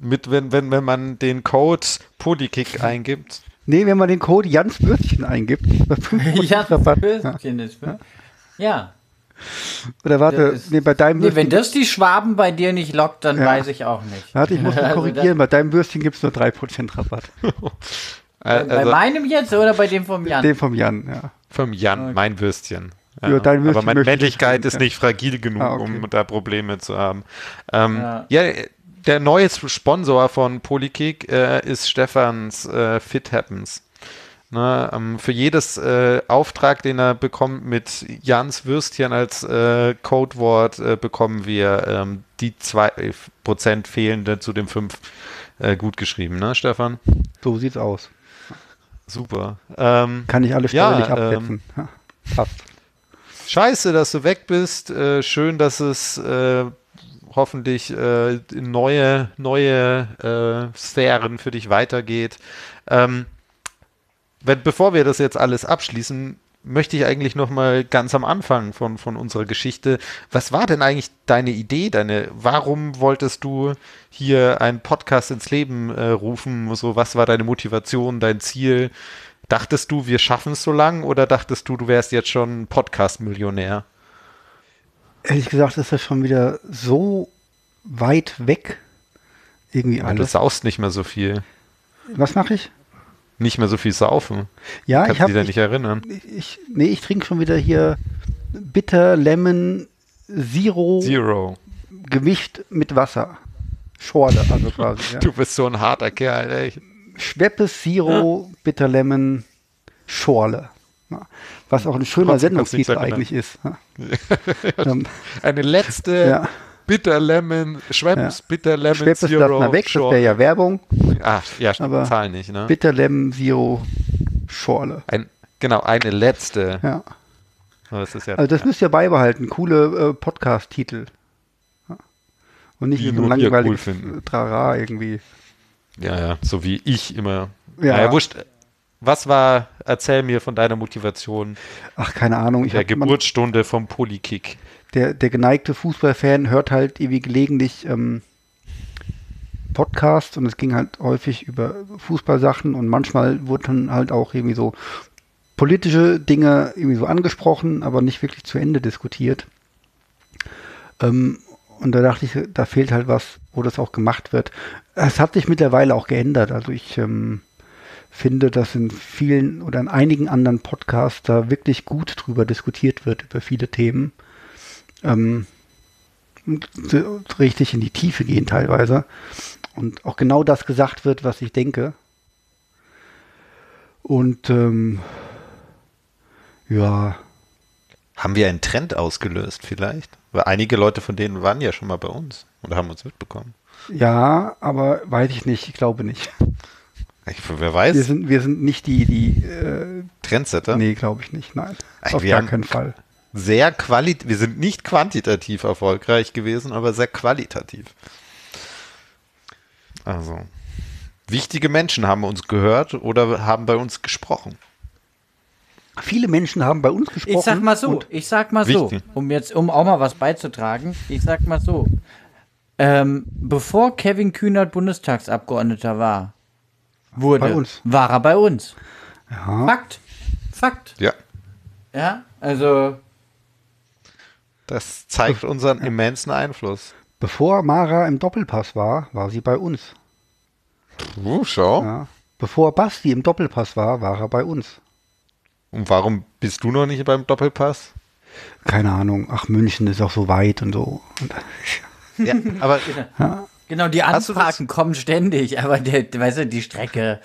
Mit, wenn, wenn, wenn man den Code Polykick eingibt. Nee, wenn man den Code Jans Würstchen eingibt, bei 5% *laughs* Ich hatte Rabatt. Ja. Würstchen ist. Ja. Oder Das warte, ist- nee, bei deinem Nee, wenn Würstchen. das die Schwaben bei dir nicht lockt, dann weiß ich auch nicht. Warte, *laughs* ich muss mich Also korrigieren, bei deinem Würstchen gibt es nur 3% Rabatt. Äh, das- bei also meinem jetzt oder bei dem vom Jan? Den vom Jan, ja. vom Jan, mein Würstchen. Ja, Ja, dein aber Würstchen möchte meine ich Männlichkeit nicht ist trinken, nicht fragil genug, Ah, okay. um da Probleme zu haben. Ähm, Ja. ja. der neue Sponsor von Polykick äh, ist Stefans äh, Fit Happens. Ne, ähm, für jedes äh, Auftrag, den er bekommt mit Jans Würstchen als äh, Codewort, äh, bekommen wir ähm, die 2% fehlende zu dem 5 äh, gut geschrieben, ne, Stefan? So sieht's aus. Super. Ähm, Kann ich alle Ja, steuerlich ähm, absetzen. Ja, passt. Scheiße, dass du weg bist. Äh, schön, dass es äh, hoffentlich äh, in neue, neue äh, Sphären für dich weitergeht. Ähm, wenn, bevor wir das jetzt alles abschließen, möchte ich eigentlich noch mal ganz am Anfang von, von unserer Geschichte, was war denn eigentlich deine Idee, deine, warum wolltest du hier einen Podcast ins Leben äh, rufen? So, was war deine Motivation, dein Ziel? Dachtest du, wir schaffen es so lang oder dachtest du, du wärst jetzt schon Podcast-Millionär? Ehrlich gesagt ist das schon wieder so weit weg. Irgendwie Du alles. saust nicht mehr so viel. Was mache ich? Nicht mehr so viel saufen. Ja, Kannst Ah, ich du dich habe. da nicht erinnern. Ich, ich, nee, ich trinke schon wieder hier Bitter Lemon Zero, Zero. gemischt mit Wasser. Schorle, *laughs* also quasi. Ja. Du bist so ein harter Kerl, ey. Schweppes Zero, Bitter Lemon, Schorle. Ja. Was auch ein schöner Trotzdem kannst du nichts Sendungstitel erinnern. eigentlich ist. Ja. Ähm, *laughs* Eine letzte Ja. Bitter Lemon, Schweppes Bitter Lemon Schweppes lass Zero. mal weg, das Short. wäre ja Werbung. Ah, ja, stimmt, Aber zahl nicht, ne? Bitter Lemon Zero, Schorle. Ein, genau, eine letzte. Ja. Aber es ist ja, Also das müsst ihr beibehalten, coole äh, Podcast-Titel. Ja. Und nicht Die so ein nur wir cool langweiliges finden. Trara irgendwie. ja, ja, so wie ich immer. Ja. Ja. Naja, wurscht. Was war, erzähl mir von deiner Motivation Ach, keine Ahnung. Ich der hab immer- Geburtsstunde vom Polykick. der, der geneigte Fußballfan hört halt irgendwie gelegentlich ähm, Podcasts und es ging halt häufig über Fußballsachen und manchmal wurden halt auch irgendwie so politische Dinge irgendwie so angesprochen, aber nicht wirklich zu Ende diskutiert. Ähm, und da dachte ich, da fehlt halt was, wo das auch gemacht wird. Es hat sich mittlerweile auch geändert. Also ich ähm, finde, dass in vielen oder in einigen anderen Podcasts da wirklich gut drüber diskutiert wird, über viele Themen ähm, und so richtig in die Tiefe gehen teilweise. Und auch genau das gesagt wird, was ich denke. Und ähm, ja, Haben wir einen Trend ausgelöst vielleicht? Weil einige Leute von denen waren ja schon mal bei uns und haben uns mitbekommen. Ja, aber weiß ich nicht, ich glaube nicht. Ich, wer Wir weiß? sind, wir sind nicht die, die, äh, Trendsetter? nee, glaube ich nicht, nein. Ey, Auf wir gar haben- keinen Fall. Sehr qualit. Wir sind nicht quantitativ erfolgreich gewesen, aber sehr qualitativ. Also. Wichtige Menschen haben uns gehört oder haben bei uns gesprochen. Viele Menschen haben bei uns gesprochen. Ich sag mal so, und- ich sag mal so, Wichtig. um jetzt, um auch mal was beizutragen, ich sag mal so, ähm, bevor Kevin Kühnert Bundestagsabgeordneter war, Bei wurde, uns. war er bei uns. ja, Fakt. Fakt. Ja. Ja, also, Das zeigt unseren immensen Einfluss. bevor Mara im Doppelpass war, war sie bei uns. Uh, schau. Ja. Bevor Basti im Doppelpass war, war er bei uns. Und warum bist du noch nicht *laughs* beim Doppelpass? Keine Ahnung, ach, München ist auch so weit und so. Und, Ja, aber genau, die Hast du das- Anfragen kommen ständig, *laughs* aber der, weißt du, die Strecke.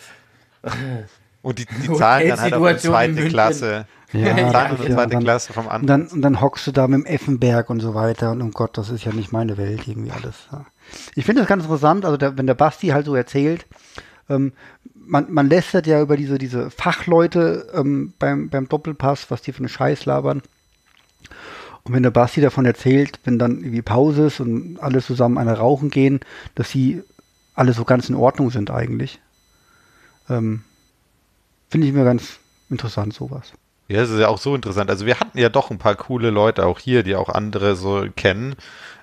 und die, *laughs* die zahlen dann halt auf die Hotel-Situation in zweite München. Klasse. Ja, die ja, zahlen auf die ja, zweite dann- Klasse vom und, anderen. dann, und dann hockst du da mit dem Effenberg und so weiter und oh Gott, das ist ja nicht meine Welt irgendwie alles. Ja. Ich finde das ganz interessant, also der, wenn der Basti halt so erzählt, ähm, man, man lästert ja über diese, diese Fachleute ähm, beim, beim Doppelpass, was die für einen Scheiß labern. Und wenn der Basti davon erzählt, wenn dann irgendwie Pause ist und alle zusammen eine rauchen gehen, dass sie alle so ganz in Ordnung sind eigentlich. Ähm, Finde ich mir ganz interessant, sowas. Ja, das ist ja auch so interessant. Also wir hatten ja doch ein paar coole Leute auch hier, die auch andere so kennen.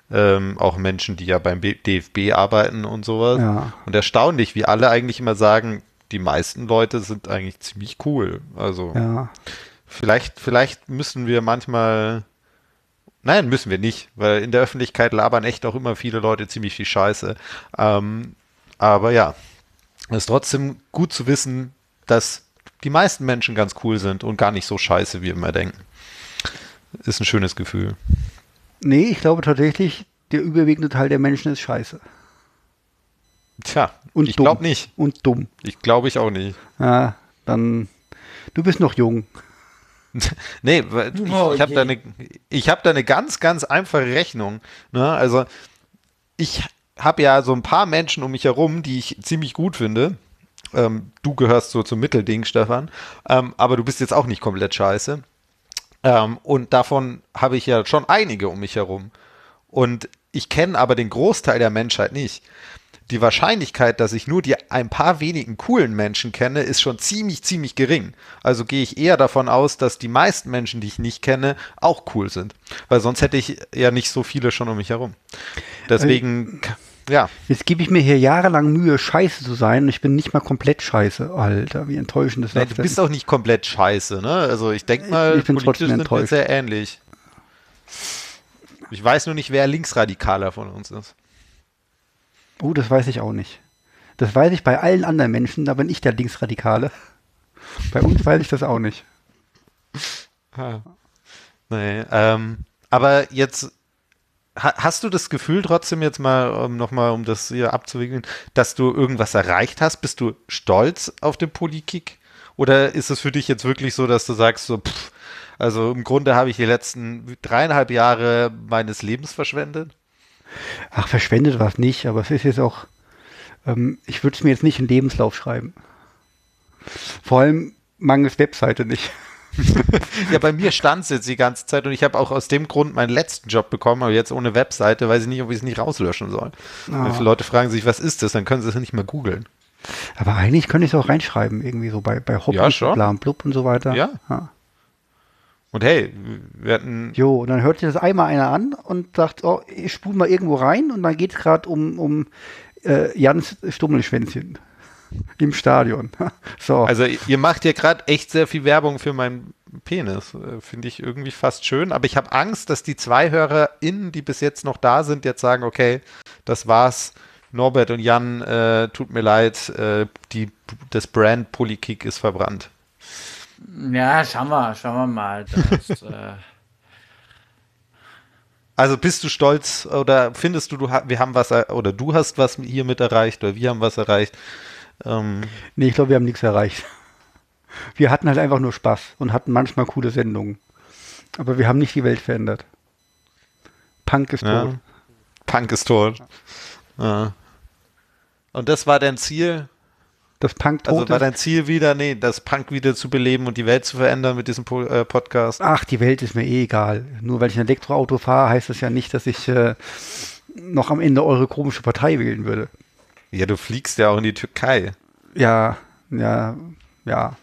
Ähm, auch Menschen, die ja beim B DFB arbeiten und sowas. Ja. Und erstaunlich, wie alle eigentlich immer sagen, die meisten Leute sind eigentlich ziemlich cool. Also Ja. Vielleicht, vielleicht müssen wir manchmal. Nein, müssen wir nicht, weil in der Öffentlichkeit labern echt auch immer viele Leute ziemlich viel Scheiße. Ähm, aber ja, es ist trotzdem gut zu wissen, dass die meisten Menschen ganz cool sind und gar nicht so scheiße, wie wir immer denken. Ist ein schönes Gefühl. Nee, ich glaube tatsächlich, der überwiegende Teil der Menschen ist scheiße. Tja, Und ich dumm. glaube nicht. Und dumm. Ich glaube ich auch nicht. Ja, dann. Du bist noch jung. Nee, weil ich, Oh, ich habe je. da eine ich hab da eine ganz, ganz einfache Rechnung. Ne? Also ich habe ja so ein paar Menschen um mich herum, die ich ziemlich gut finde. Ähm, du gehörst so zum Mittelding, Stefan. Ähm, aber du bist jetzt auch nicht komplett scheiße. Ähm, und davon habe ich ja schon einige um mich herum. Und ich kenne aber den Großteil der Menschheit nicht. Die Wahrscheinlichkeit, dass ich nur die ein paar wenigen coolen Menschen kenne, ist schon ziemlich, ziemlich gering. Also gehe ich eher davon aus, dass die meisten Menschen, die ich nicht kenne, auch cool sind. Weil sonst hätte ich ja nicht so viele schon um mich herum. Deswegen, ja, Jetzt gebe Äh, ich mir hier jahrelang Mühe, scheiße zu sein und ich bin nicht mal komplett scheiße. Alter, wie enttäuschend ist nee, das du denn? bist auch nicht komplett scheiße, ne? Also ich denke mal, Ich bin trotzdem sind wir enttäuscht. sehr ähnlich. Ich weiß nur nicht, wer linksradikaler von uns ist. oh, das weiß ich auch nicht. Das weiß ich bei allen anderen Menschen, da bin ich der Linksradikale. Bei uns weiß ich das auch nicht. Nee, ähm, aber jetzt ha hast du das Gefühl trotzdem jetzt mal ähm, nochmal, um das hier abzuwickeln, dass du irgendwas erreicht hast? Bist du stolz auf den Politik? Oder ist es für dich jetzt wirklich so, dass du sagst, so, pff, also im Grunde habe ich die letzten dreieinhalb Jahre meines Lebens verschwendet? Ach, verschwendet was nicht, aber es ist jetzt auch, ähm, ich würde es mir jetzt nicht in den Lebenslauf schreiben. Vor allem mangels Webseite nicht. Ja, bei mir stand es jetzt die ganze Zeit und ich habe auch aus dem Grund meinen letzten Job bekommen, aber jetzt ohne Webseite, weiß ich nicht, ob ich es nicht rauslöschen soll. Weil viele Leute fragen sich, was ist das? Dann können sie es nicht mehr googeln. Aber eigentlich könnte ich es auch reinschreiben, irgendwie so bei, bei Hobby, Ja, schon. bla und blub und so weiter. Ja. Und hey, wir hatten Jo, und dann hört sich das einmal einer an und sagt, oh, ich spule mal irgendwo rein und dann geht es gerade um, um äh, Jans Stummelschwänzchen im Stadion. *laughs* so, Also i- ihr macht hier gerade echt sehr viel Werbung für meinen Penis. Äh, Finde ich irgendwie fast schön. Aber ich habe Angst, dass die zwei HörerInnen, die bis jetzt noch da sind, jetzt sagen, okay, das war's. Norbert und Jan, äh, tut mir leid, äh, die, das Brand Polykick ist verbrannt. Ja, schauen wir, schauen wir mal. *laughs* Das, äh, Also bist du stolz oder findest du, du ha- wir haben was er- oder du hast was hiermit erreicht oder wir haben was erreicht? Ähm, nee, ich glaube, wir haben nichts erreicht. Wir hatten halt einfach nur Spaß und hatten manchmal coole Sendungen. Aber wir haben nicht die Welt verändert. Punk ist Ja. tot. Punk ist tot. Ja. Und das war dein Ziel? Das Punk Also tot war ist. dein Ziel wieder, nee, das Punk wieder zu beleben und die Welt zu verändern mit diesem Po- äh, Podcast? Ach, die Welt ist mir eh egal. Nur weil ich ein Elektroauto fahre, heißt das ja nicht, dass ich äh, noch am Ende eure komische Partei wählen würde. Ja, du fliegst ja auch in die Türkei. Ja, ja, ja.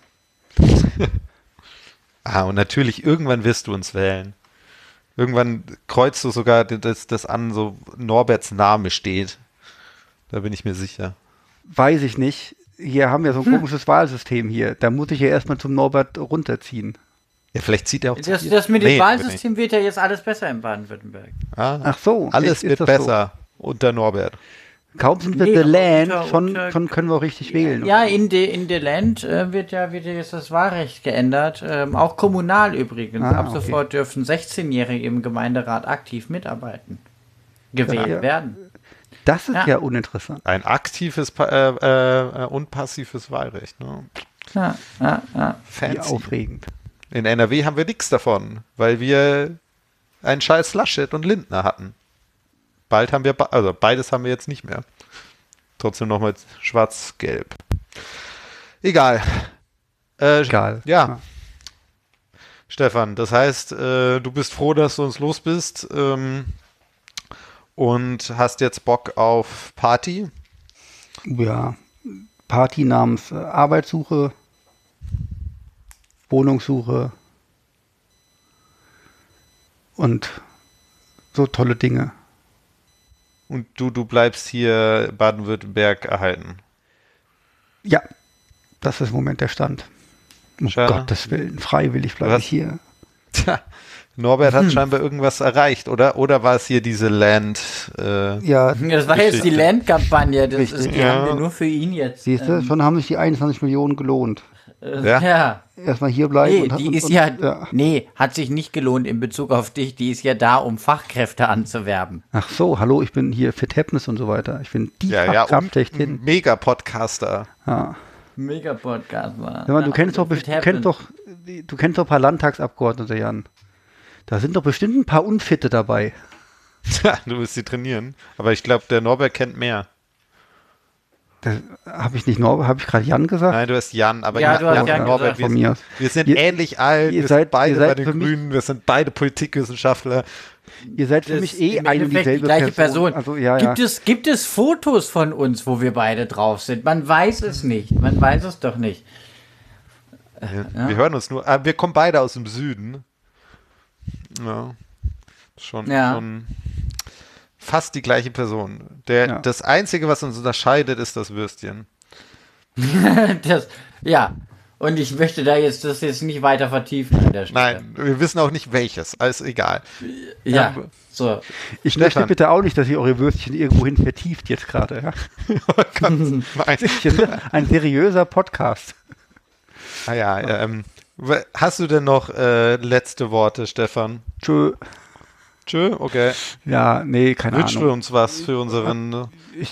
Ah, und natürlich, irgendwann wirst du uns wählen. Irgendwann kreuzt du sogar das, das an, so Norberts Name steht. Da bin ich mir sicher. Weiß ich nicht. Hier haben wir Hm. so ein komisches Wahlsystem hier. Da muss ich ja erstmal zum Norbert runterziehen. Ja, vielleicht zieht er auch zu Das, dir. das mit dem Nee, Wahlsystem wird ja jetzt alles besser in Baden-Württemberg. wird nicht. Ah, Ach so, alles ist- ist wird das besser unter Norbert. Kaum sind wir Nee, the aber land, unter- schon, unter- schon können wir auch richtig wählen. Ja, in de, in der Land äh, wird ja wieder jetzt das Wahlrecht geändert. Ähm, auch kommunal übrigens. Ah, Ab okay. sofort dürfen 16-Jährige im Gemeinderat aktiv mitarbeiten. Gewählt Ja. werden. Das ist ja, Ja. uninteressant. Ein aktives pa äh, äh, und passives Wahlrecht. Ne? Ja, ja, ja. Wie Fancy. aufregend. In NRW haben wir nichts davon, weil wir einen scheiß Laschet und Lindner hatten. Bald haben wir, be- also beides haben wir jetzt nicht mehr. Trotzdem nochmal schwarz-gelb. Egal. Äh, Egal. Ja. Stefan, das heißt, äh, du bist froh, dass du uns los bist ähm, und hast jetzt Bock auf Party. Ja. Party namens äh, Arbeitssuche, Wohnungssuche und so tolle Dinge. Und du, du bleibst hier Baden-Württemberg erhalten. Ja, das ist im Moment der Stand. Um Schade. Gottes Willen, freiwillig bleibe Was? ich hier. Tja, Norbert Hm. hat scheinbar irgendwas erreicht, oder? Oder war es hier diese Land? Äh, Ja, Das war jetzt die Geschichte. Land-Kampagne. Das Richtig. ist, die Ja. haben wir nur für ihn jetzt. siehst du, schon haben sich die 21 Millionen gelohnt. Äh, Ja. ja. Erstmal hier bleiben. Nee, und- die und- ist und- ja, ja. Nee, hat sich nicht gelohnt in Bezug auf dich. Die ist ja da, um Fachkräfte anzuwerben. Ach so, hallo, ich bin hier Fit Happiness und so weiter. Ich bin die ja, ja, Fachkraft und Mhm. schlechthin. mega Podcaster. Ja. Mega Podcast, Mann. Sag mal, du kennst doch, Mit best- du Heaven. kennst doch, du kennst doch ein paar Landtagsabgeordnete, Jan. Da sind doch bestimmt ein paar Unfitte dabei. *laughs* Tja, du willst sie trainieren. Aber ich glaube, der Norbert kennt mehr. Habe ich nicht Norbert, habe ich gerade Jan gesagt? Nein, du hast Jan, aber Ja, du hast Jan Jan und Norbert, gesagt. wir, Von mir aus. wir sind Ihr- ähnlich alt, ihr wir seid- sind beide ihr seid bei für den mich- Grünen, wir sind beide Politikwissenschaftler. Ihr seid für Das mich ist eh im eine und Endeffekt dieselbe die gleiche Person. Also, ja, ja. gibt, es, gibt es Fotos von uns, wo wir beide drauf sind? Man weiß es nicht. Man weiß es doch nicht. Wir, wir hören uns nur. Ah, wir kommen beide aus dem Süden. Ja. Schon, Ja. schon fast die gleiche Person. Der, Ja. Das Einzige, was uns unterscheidet, ist das Würstchen. Das, ja. Und ich möchte da jetzt das jetzt nicht weiter vertiefen an der Stelle. Nein, wir wissen auch nicht welches. Alles egal. *laughs* Ja. So. ich möchte Stefan. bitte auch nicht, dass ihr eure Würstchen irgendwohin vertieft jetzt gerade. *laughs* Ja? Nein. *laughs* Hier sind wir Ein seriöser Podcast. Ah ja, ähm, w- hast du denn noch äh, letzte Worte, Stefan? Tschö. Tschö, okay. Ja, nee, keine Wünschen wir Ahnung. uns was für unseren. ne? Ich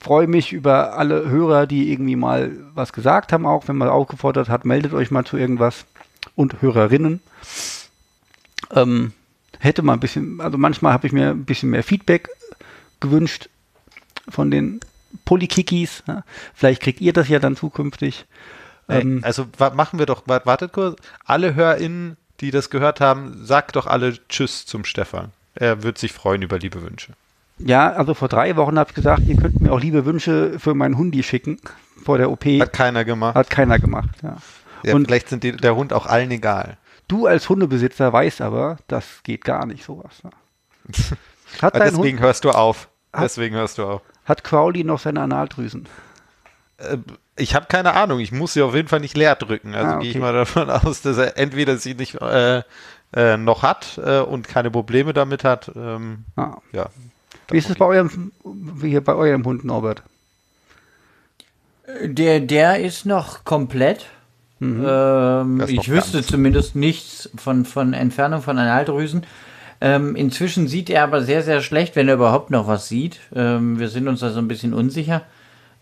freue mich über alle Hörer, die irgendwie mal was gesagt haben, auch wenn man aufgefordert hat, meldet euch mal zu irgendwas. Und Hörerinnen. Ähm, hätte mal ein bisschen, also manchmal habe ich mir ein bisschen mehr Feedback gewünscht von den Polykikis. Ja? Vielleicht kriegt ihr das ja dann zukünftig. Ähm, Ey, also wa- machen wir doch, wa- wartet kurz. Alle HörerInnen, die das gehört haben, sagt doch alle Tschüss zum Stefan. Er wird sich freuen über liebe Wünsche. Ja, also vor drei Wochen habe ich gesagt, ihr könnt mir auch liebe Wünsche für meinen Hundi schicken. Vor der OP Hat keiner gemacht. hat keiner gemacht. Ja. ja, und- vielleicht sind die, der Hund auch allen egal. Du als Hundebesitzer weißt aber, das geht gar nicht, *laughs* sowas. Ne? Hat, dein Deswegen Hund, hörst du auf. Hat- Deswegen hörst du auf. hat Crowley noch seine Analdrüsen? Ich habe keine Ahnung. Ich muss sie auf jeden Fall nicht leer drücken. Also Ah, gehe ich okay. mal davon *laughs* aus, dass er entweder sie nicht äh, äh, noch hat äh, und keine Probleme damit hat. Ähm, Ah. ja. Wie ist es bei eurem, wie hier bei eurem Hund, Norbert? Der, der ist noch komplett. Ähm, Mhm. Der ist noch ich wüsste ganz. zumindest nichts von, von Entfernung von Analdrüsen. Ähm, inzwischen sieht er aber sehr, sehr schlecht, wenn er überhaupt noch was sieht. Ähm, wir sind uns da so ein bisschen unsicher.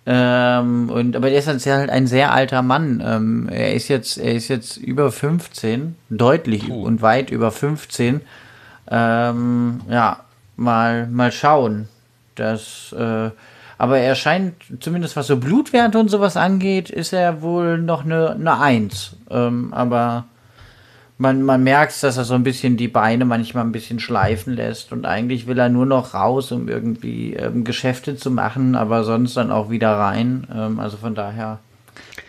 Ähm, und, aber der ist halt sehr- ein sehr alter Mann. Ähm, er, ist jetzt, er ist jetzt über 15, deutlich und weit über 15. Ähm, ja, mal, mal schauen. Das, äh, aber er scheint, zumindest was so Blutwerte und sowas angeht, ist er wohl noch eine, eine Eins. Ähm, aber man, man merkt, dass er so ein bisschen die Beine manchmal ein bisschen schleifen lässt und eigentlich will er nur noch raus, um irgendwie ähm, Geschäfte zu machen, aber sonst dann auch wieder rein. Ähm, also von daher.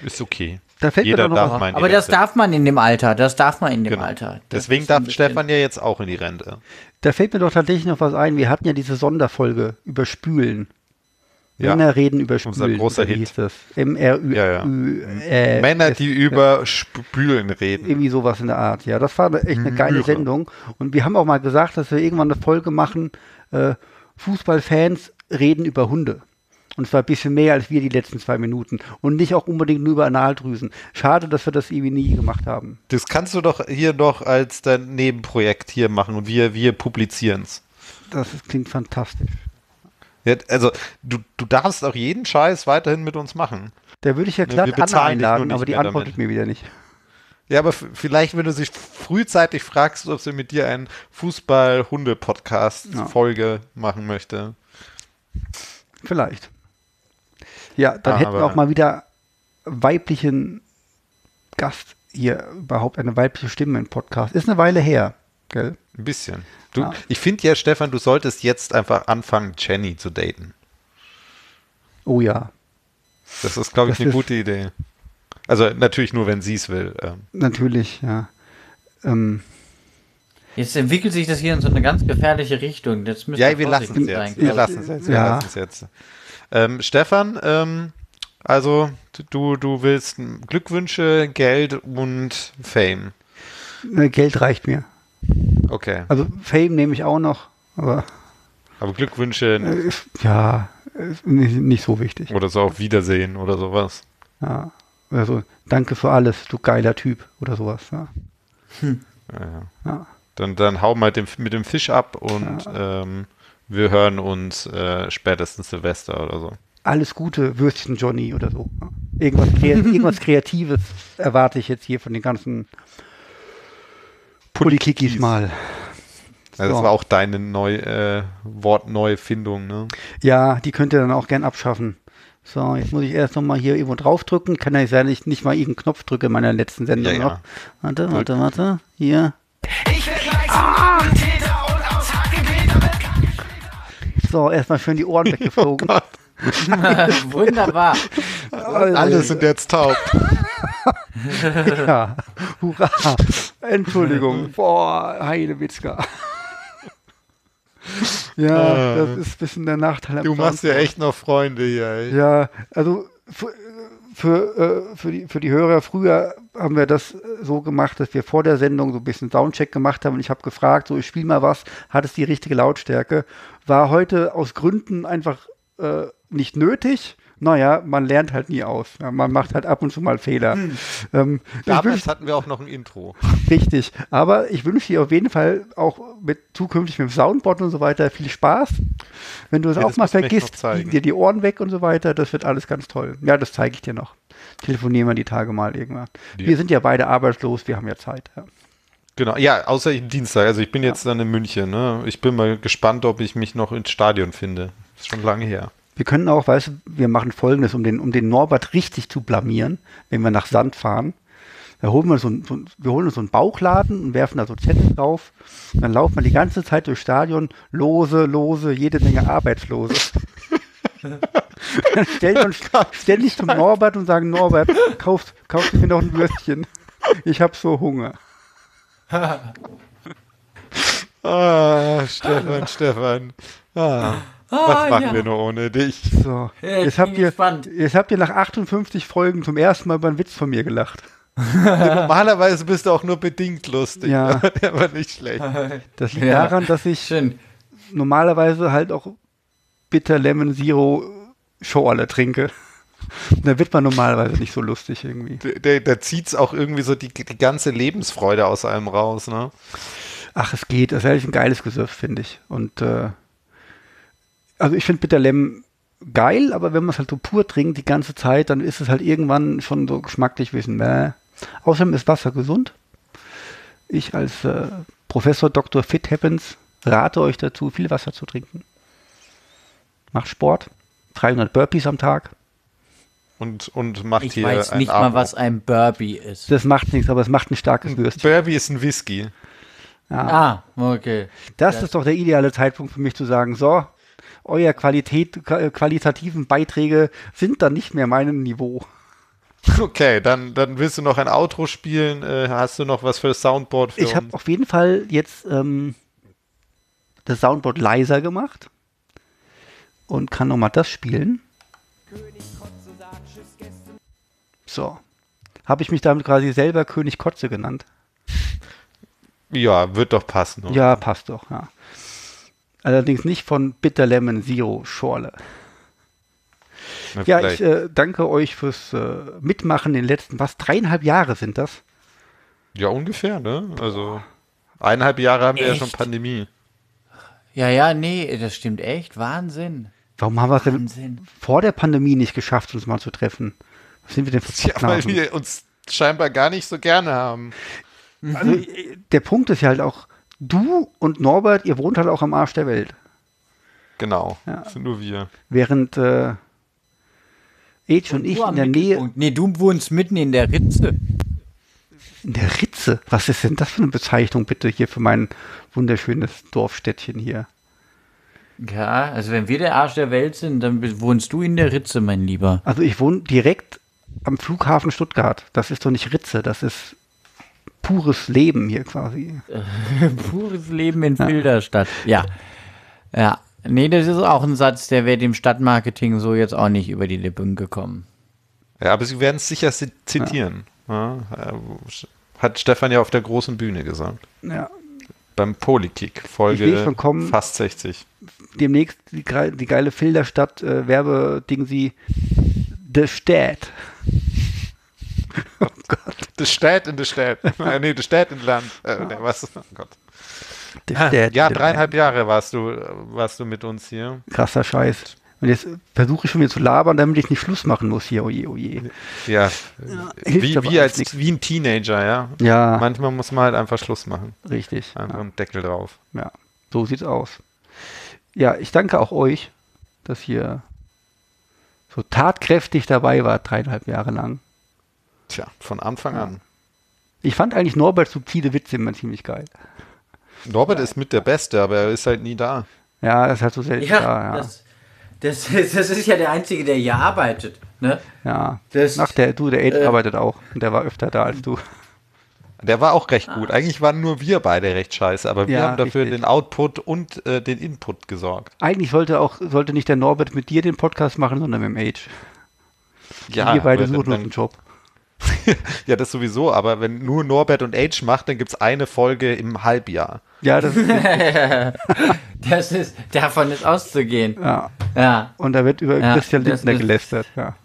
Ist okay. Da fällt mir Jeder doch noch darf was- mal in die Aber das Rente. darf man in dem Alter, das darf man in dem Genau. Alter. Das Deswegen ist ein darf bisschen- Stefan ja jetzt auch in die Rente. Da fällt mir doch tatsächlich noch was ein. Wir hatten ja diese Sonderfolge über Spülen. Ja. Männer reden über Spülen. Unser großer oder wie Hit. hieß das? MRÜ. Ja, ja. Äh, Männer, es- die über Spülen reden. Irgendwie sowas in der Art. Ja, das war eine- echt eine geile Möhre. Sendung. Und wir haben auch mal gesagt, dass wir irgendwann eine Folge machen, äh, Fußballfans reden über Hunde. Und zwar ein bisschen mehr als wir die letzten zwei Minuten. Und nicht auch unbedingt nur über Analdrüsen. Schade, dass wir das irgendwie nie gemacht haben. Das kannst du doch hier noch als dein Nebenprojekt hier machen und wir, wir publizieren es. Das ist, klingt fantastisch. Ja, also, du, du darfst auch jeden Scheiß weiterhin mit uns machen. Da würde ich ja Wir glatt bezahlen dich Anna nur einladen, nicht aber die mehr damit. antwortet mir wieder nicht. Ja, aber f- vielleicht, wenn du sich frühzeitig fragst, ob sie mit dir einen Ja. Fußball-Hunde-Podcast-Folge machen möchte. Vielleicht. Ja, dann Ah, hätten wir aber- auch mal wieder weiblichen Gast hier, überhaupt eine weibliche Stimme im Podcast. Ist eine Weile her, gell? Ein bisschen. Du, Ja. Ich finde ja, Stefan, du solltest jetzt einfach anfangen, Jenny zu daten. Oh ja, Das ist, glaube ich, Das eine ist- gute Idee. Also natürlich nur, wenn sie es will. Ähm, natürlich, ja. Ähm, Jetzt entwickelt sich das hier in so eine ganz gefährliche Richtung. Das müssen Ja, wir lassen es vorsichtig jetzt. sein, Wir glaub lassen es jetzt. Wir Ja. lassen es jetzt. Ähm, Stefan, ähm, also du, du willst Glückwünsche, Geld und Fame. ne, Geld reicht mir. Okay. Also Fame nehme ich auch noch, aber Aber Glückwünsche äh, ist- ja, ist nicht, nicht so wichtig. oder so auf Wiedersehen oder sowas. Ja. Also, danke für alles, du geiler Typ oder sowas. Ja. Ja. Dann, dann hau mal dem, mit dem Fisch ab und ähm, wir hören uns äh, spätestens Silvester oder so. alles Gute, Würstchen Johnny oder so. Irgendwas, Krea- *laughs* irgendwas Kreatives erwarte ich jetzt hier von den ganzen Polikikis mal. Ja, das So. war auch deine neu, äh, Wortneufindung, ne? Ja, die könnt ihr dann auch gern abschaffen. So, jetzt muss ich erst nochmal hier irgendwo draufdrücken. Kann ja sein, dass ich nicht mal irgendeinen Knopf drücke in meiner letzten Sendung Ja, ja. noch. Warte, warte, warte. Hier. Ich werde gleich zum Attentäter und aus Hackepeter wird So, erstmal schön die *laughs* Ohren weggeflogen. ich. *laughs* Wunderbar. Alle sind jetzt *laughs* taub. Ja. Hurra. Entschuldigung. Boah, Heidewitzka. *laughs* ja, das ist ein bisschen der Nachteil. am Äh. Du machst ja Soundboard. echt noch Freunde hier, ey. Ja, also für, für, äh, für, die, für die Hörer, früher haben wir das äh, so gemacht, dass wir vor der Sendung so ein bisschen Soundcheck gemacht haben und ich habe gefragt, so ich spiele mal was, hat es die richtige Lautstärke? War heute aus Gründen einfach äh, nicht nötig. Naja, man lernt halt nie aus. Ja, man macht halt ab und zu mal Fehler. Ähm, ich wünsch, Damals hatten wir auch noch ein Intro. richtig. Aber ich wünsche dir auf jeden Fall auch mit zukünftig mit dem Soundboard und so weiter viel Spaß. Wenn du es Ja, auch das mal musst du mir echt noch vergisst, zeigen. liegen dir die Ohren weg und so weiter. Das wird alles ganz toll. Ja, das zeige ich dir noch. Telefonieren wir die Tage mal irgendwann. Ja. Wir sind ja beide arbeitslos, wir haben ja Zeit. Ja. Genau, ja, außer ich- Dienstag. Also ich bin jetzt dann in München. Ne? Ich bin mal gespannt, ob ich mich noch ins Stadion finde. Ist schon lange her. Wir können auch, weißt du, wir machen folgendes, um den, um den Norbert richtig zu blamieren, wenn wir nach Sand fahren. Da holen wir so, ein- so, ein- wir holen uns so einen Bauchladen und werfen da so Zettel drauf. Und dann laufen wir die ganze Zeit durchs Stadion, lose, lose, jede Menge Arbeitslose. dann stellen wir uns *laughs* ständig zum Norbert und sagen, Norbert, kauf, kauf mir noch ein Würstchen. Ich habe so Hunger. Ah, *laughs* Stefan, Stefan. Ah, was machen ja. wir nur ohne dich? So, Ja, ich jetzt bin habt, ihr, gespannt. jetzt habt ihr nach 58 Folgen zum ersten Mal über einen Witz von mir gelacht. Normalerweise bist du auch nur bedingt lustig. Ja. *laughs* Der war nicht schlecht. Das liegt Ja. daran, dass ich Schön. normalerweise halt auch Bitter Lemon Zero Show alle trinke. *laughs* Da wird man normalerweise nicht so lustig irgendwie. Der, der, der zieht's auch irgendwie so die, die ganze Lebensfreude aus einem raus. Ne? Ach, es geht. Das ist ehrlich ein geiles Gesöff, finde ich. Und äh, also ich finde Bitter Lemon geil, aber wenn man es halt so pur trinkt die ganze Zeit, dann ist es halt irgendwann schon so geschmacklich wissen. ne? Mäh. Außerdem ist Wasser gesund. Ich als äh, Professor Dr. Fit Happens rate euch dazu, viel Wasser zu trinken. Macht Sport. 300 Burpees am Tag. Und, und macht Ich hier weiß ein nicht Abo. mal, was ein Burby ist. Das macht nichts, aber es macht ein starkes Würstchen. Burby ist ein Whisky. *laughs* Ah, okay. Das ist doch der ideale Zeitpunkt für mich zu sagen, so, euer Qualität, äh, qualitativen Beiträge sind dann nicht mehr meinem Niveau. Okay, dann, dann willst du noch ein Outro spielen. Äh, hast du noch was für das Soundboard für Ich habe uns? auf jeden Fall jetzt ähm, das Soundboard leiser gemacht und kann nochmal das spielen. So. Habe ich mich damit quasi selber König Kotze genannt? Ja, wird doch passen. oder? Ja, passt doch, ja. Allerdings nicht von Bitter Lemon Zero Schorle. Na, Ja, vielleicht. ich äh, danke euch fürs äh, Mitmachen in den letzten, was, dreieinhalb Jahre sind das? äh, ja, ungefähr, ne? Also eineinhalb Jahre haben wir ja Echt? schon Pandemie. *laughs* Ja, ja, nee, das stimmt echt. Wahnsinn. Warum haben wir es denn Wahnsinn. vor der Pandemie nicht geschafft, uns mal zu treffen? Was sind wir denn für Ja, weil Knaben? wir uns scheinbar gar nicht so gerne haben. Also, äh, der Punkt ist ja halt auch, du und Norbert, ihr wohnt halt auch am Arsch der Welt. Genau, Ja. das sind nur wir. Während äh, Age und, ich Du am in der Nähe, Mittelpunkt. Nee, du wohnst mitten in der Ritze. in der Ritze, was ist denn das für eine Bezeichnung bitte hier für mein wunderschönes Dorfstädtchen hier? Ja, also wenn wir der Arsch der Welt sind, dann be- wohnst du in der Ritze, mein Lieber. Also ich wohne direkt am Flughafen Stuttgart. Das ist doch nicht Ritze, das ist pures Leben hier quasi. *laughs* Pures Leben in Filderstadt. Ja. Ja. Nee, das ist auch ein Satz, der wäre dem Stadtmarketing so jetzt auch nicht über die Lippen gekommen. Ja, aber sie werden es sicher zi- zitieren. Ja. äh, hat Stefan ja auf der großen Bühne gesagt. Ja, Beim Polykick, Ich sehe Folge schon kommen. fast 60. demnächst die, gre- die geile Filderstadt äh, Werbeding sie The Stadt. Oh Gott, Das steht in der Stadt. *laughs* äh, nee, das steht in Land. Äh, nee, was? Oh Gott. The Ah, Ja, dreieinhalb Jahre warst du, äh, warst du mit uns hier. Krasser Scheiß. Und jetzt äh, versuche ich schon wieder zu labern, damit ich nicht Schluss machen muss hier. oh Oje, oje. Ja. hilft Wie, aber alles wie, Ah. als, nix. wie ein Teenager, ja. Ja, Manchmal muss man halt einfach Schluss machen. richtig. Einfach Ja, einen Deckel drauf. ja, so sieht's aus. Ja, ich danke auch euch, dass ihr so tatkräftig dabei wart, dreieinhalb Jahre lang. Tja, von Anfang Ah. an. Ich fand eigentlich Norberts subtile Witze immer ziemlich geil. Norbert ist mit der Beste, aber er ist halt nie da. Ja, das hat so selten. da, ja. das, *laughs* das ist ja der Einzige, der hier arbeitet. Ne? Ja, Das- äh, Ach, der, du, der Ed arbeitet auch und der war öfter da als du. Der war auch recht gut. Eigentlich waren nur wir beide recht scheiße, aber wir Ja, haben dafür richtig. den Output und äh, den Input gesorgt. Eigentlich sollte auch, sollte nicht der Norbert mit dir den Podcast machen, sondern mit dem Age. Ja, Wir beide aber suchen uns dann, einen Job. ja, das sowieso, aber wenn nur Norbert und Age macht, dann gibt es eine Folge im Halbjahr. Ja, das *laughs* ist, Das ist, davon ist auszugehen. ja. Ja, Und da wird über Ja, Christian das- Lindner das- gelästert. Ja.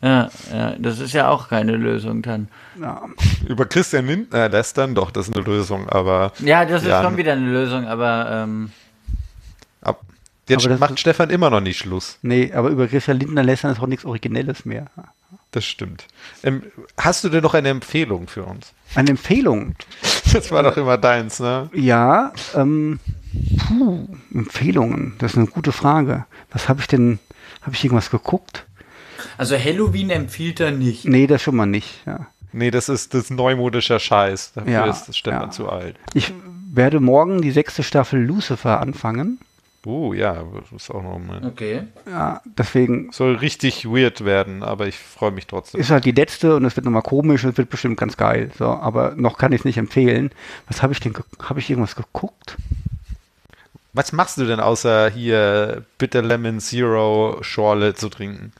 ja, ja, das ist ja auch keine Lösung dann. Ja. Über Christian Lindner lästern, doch, das ist eine Lösung, aber Ja, das Ja, ist schon n- wieder eine Lösung, aber ähm, ab, jetzt Aber das macht ist- Stefan immer noch nicht Schluss. Nee, aber über Christian Lindner lästern ist auch nichts Originelles mehr. Das stimmt. Ähm, hast du denn noch eine Empfehlung für uns? *laughs* Eine Empfehlung. Das war doch immer deins, ne? Ja, ähm, puh, Empfehlungen. Das ist eine gute Frage. Was habe ich denn, habe ich irgendwas geguckt? also Halloween empfiehlt er nicht. Nee, das schon mal nicht. Ja. Nee, das ist das neumodischer Scheiß. Dafür Ja, ist Stefan ja. zu alt. Ich werde morgen die sechste Staffel Lucifer anfangen. Oh ja, das ist auch noch mal. Okay. Ja, deswegen Soll richtig weird werden, aber ich freue mich trotzdem. ist halt die letzte und es wird nochmal komisch und es wird bestimmt ganz geil. So, aber noch kann ich es nicht empfehlen. Was habe ich denn, habe ich irgendwas geguckt? Was machst du denn außer hier Bitter Lemon Zero Schorle zu trinken?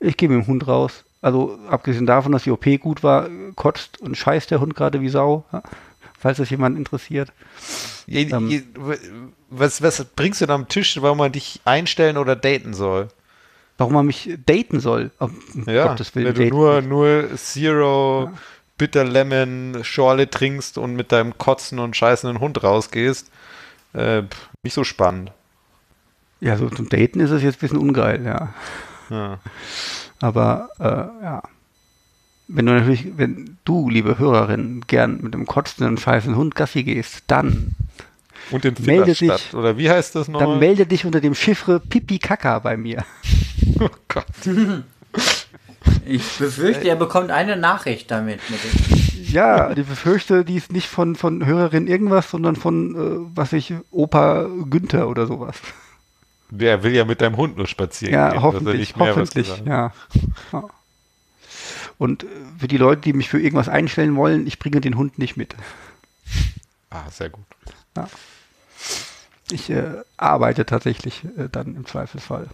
Ich gehe mit dem Hund raus. Also abgesehen davon, dass die OP gut war, kotzt und scheißt der Hund gerade wie Sau. Ja, Falls das jemand interessiert. Je, Ähm. je, was, was bringst du denn am Tisch, warum man dich einstellen oder daten soll? Warum man mich daten soll. Um Ja, Gottes Willen. wenn du daten. nur, nur Zero Bitter Lemon Schorle trinkst und mit deinem kotzen und scheißenden Hund rausgehst, äh, pf, nicht so spannend. ja, so zum Daten ist es jetzt ein bisschen ungeil, ja. Ja. Aber äh, ja. Wenn du natürlich, wenn du, liebe Hörerin, gern mit einem kotzenden und scheißen Hund Gassi gehst, dann Und in Melde dich. Finnerstadt. Oder wie heißt das Dann nochmal? melde dich unter dem Chiffre Pipi Kaka bei mir. *laughs* Oh Gott. Ich befürchte, er bekommt eine Nachricht damit. Mit dem. Ja, *laughs* ich befürchte, die ist nicht von, von Hörerin irgendwas, sondern von, äh, was ich, Opa Günther oder sowas. Der will ja mit deinem Hund nur spazieren Ja, gehen. dass er hoffentlich, nicht mehr was hoffentlich, gesagt hat. ja. ja. Und äh, für die Leute, die mich für irgendwas einstellen wollen, ich bringe den Hund nicht mit. Ah, sehr gut. Ich äh, arbeite tatsächlich äh, dann im Zweifelsfall.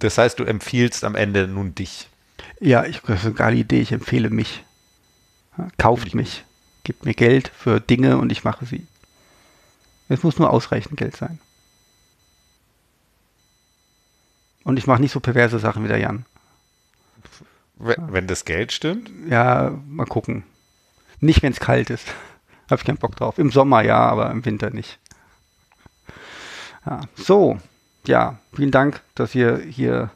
Das heißt, du empfiehlst am Ende nun dich. Ja, ich das ist eine geile Idee, ich empfehle mich. Ja, kauft mich. Gebt mir Geld für Dinge und ich mache sie. Es muss nur ausreichend Geld sein. Und ich mache nicht so perverse Sachen wie der Jan. Wenn, wenn das Geld stimmt, Ja, mal gucken. Nicht, wenn es kalt ist. *laughs* Habe ich keinen Bock drauf. Im Sommer ja, aber im Winter nicht. Ja. So, ja, vielen Dank, dass ihr hier.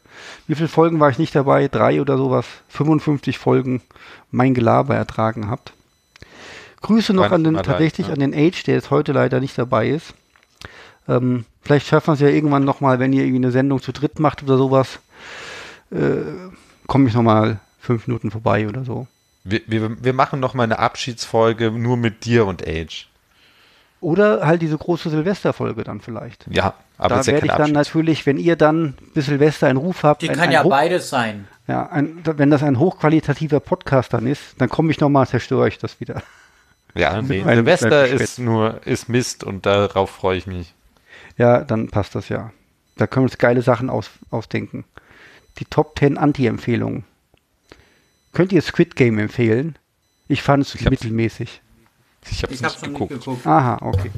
Wie viele Folgen war ich nicht dabei? Drei oder sowas? 55 Folgen mein Gelaber ertragen habt. Grüße noch an den, Weihnachten tatsächlich an allein, den Age, der jetzt heute leider nicht dabei ist. Ähm, vielleicht schaffen wir es ja irgendwann nochmal, wenn ihr irgendwie eine Sendung zu dritt macht oder sowas. Äh, Komme ich nochmal fünf Minuten vorbei oder so. wir, wir, wir machen nochmal eine Abschiedsfolge nur mit dir und Age. Oder halt diese große Silvesterfolge dann vielleicht. Ja, aber da es ist ja werde ich kein dann Abschied. natürlich, wenn ihr dann bis Silvester einen Ruf habt, Die ein, kann ein ja Hoch- beides sein. ja, ein, wenn das ein hochqualitativer Podcast dann ist, dann komme ich nochmal, zerstöre ich das wieder. *laughs* Ja, nee, Weil- Silvester weil- ist nur ist Mist und darauf freue ich mich. Ja, dann passt das ja. Da können wir uns geile Sachen aus, ausdenken. Die Top 10 Anti-Empfehlungen. Könnt ihr Squid Game empfehlen? Ich fand es hab's- mittelmäßig. Ich habe Ich es habe nicht schon geguckt. nicht geguckt. Aha, okay.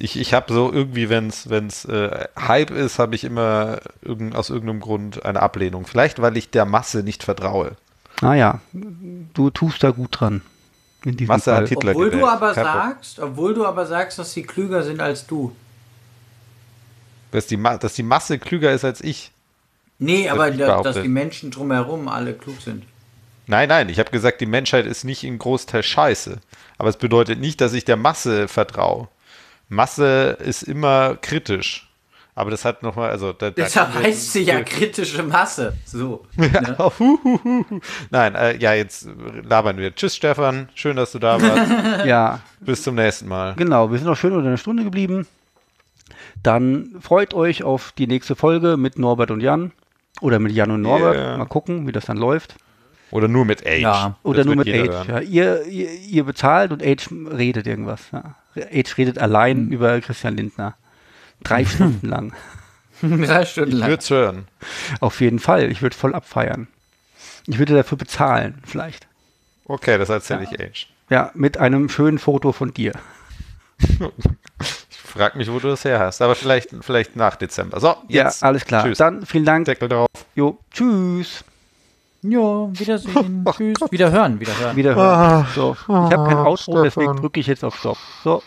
Ich, ich habe so irgendwie, wenn es wenn's, äh, Hype ist, habe ich immer irgend, aus irgendeinem Grund eine Ablehnung. Vielleicht, weil ich der Masse nicht vertraue. Naja, Ah du tust da gut dran. In diesem Masse Fall. hat Hitler Obwohl du gewählt. aber Kein Problem. sagst, obwohl du aber sagst, dass sie klüger sind als du. Dass die, Ma dass die Masse klüger ist als ich. Nee, aber ich da, dass behaupte. die Menschen drumherum alle klug sind. Nein, nein, ich habe gesagt, die Menschheit ist nicht im Großteil scheiße. Aber es bedeutet nicht, dass ich der Masse vertraue. Masse ist immer kritisch. Aber das hat nochmal, also da, da Deshalb können wir- *laughs* heißt sie ja kritische Masse. So. Ja. Huhuhuhu. Nein, äh, ja, jetzt labern wir. Tschüss, Stefan. Schön, dass du da warst. Ja. Bis zum nächsten Mal. Genau, wir sind auch schön unter einer Stunde geblieben. Dann freut euch auf die nächste Folge mit Norbert und Jan. Oder mit Jan und Norbert. Yeah. Mal gucken, wie das dann läuft. Oder nur mit Age. Ja. Oder Das nur wird mit jeder Age. Ja, hören. ihr, ihr, ihr bezahlt und Age redet irgendwas. Ja. Age redet allein Mhm. über Christian Lindner. Drei *laughs* Stunden lang. Ne? Drei Stunden Ich lang. würde hören. Auf jeden Fall. Ich würde voll abfeiern. Ich würde dafür bezahlen, vielleicht. Okay, das erzähle ich Age. Ja, mit einem schönen Foto von dir. Ich frage mich, wo du das her hast. Aber vielleicht, vielleicht nach Dezember. So, jetzt. Ja, alles klar. Tschüss. Dann vielen Dank. Deckel drauf. Jo, tschüss. Jo, *laughs* wiedersehen. Oh Tschüss. Wieder hören, wieder hören. Wiederhören. so. Ich habe kein Outro, deswegen drücke ich jetzt auf Stopp. So.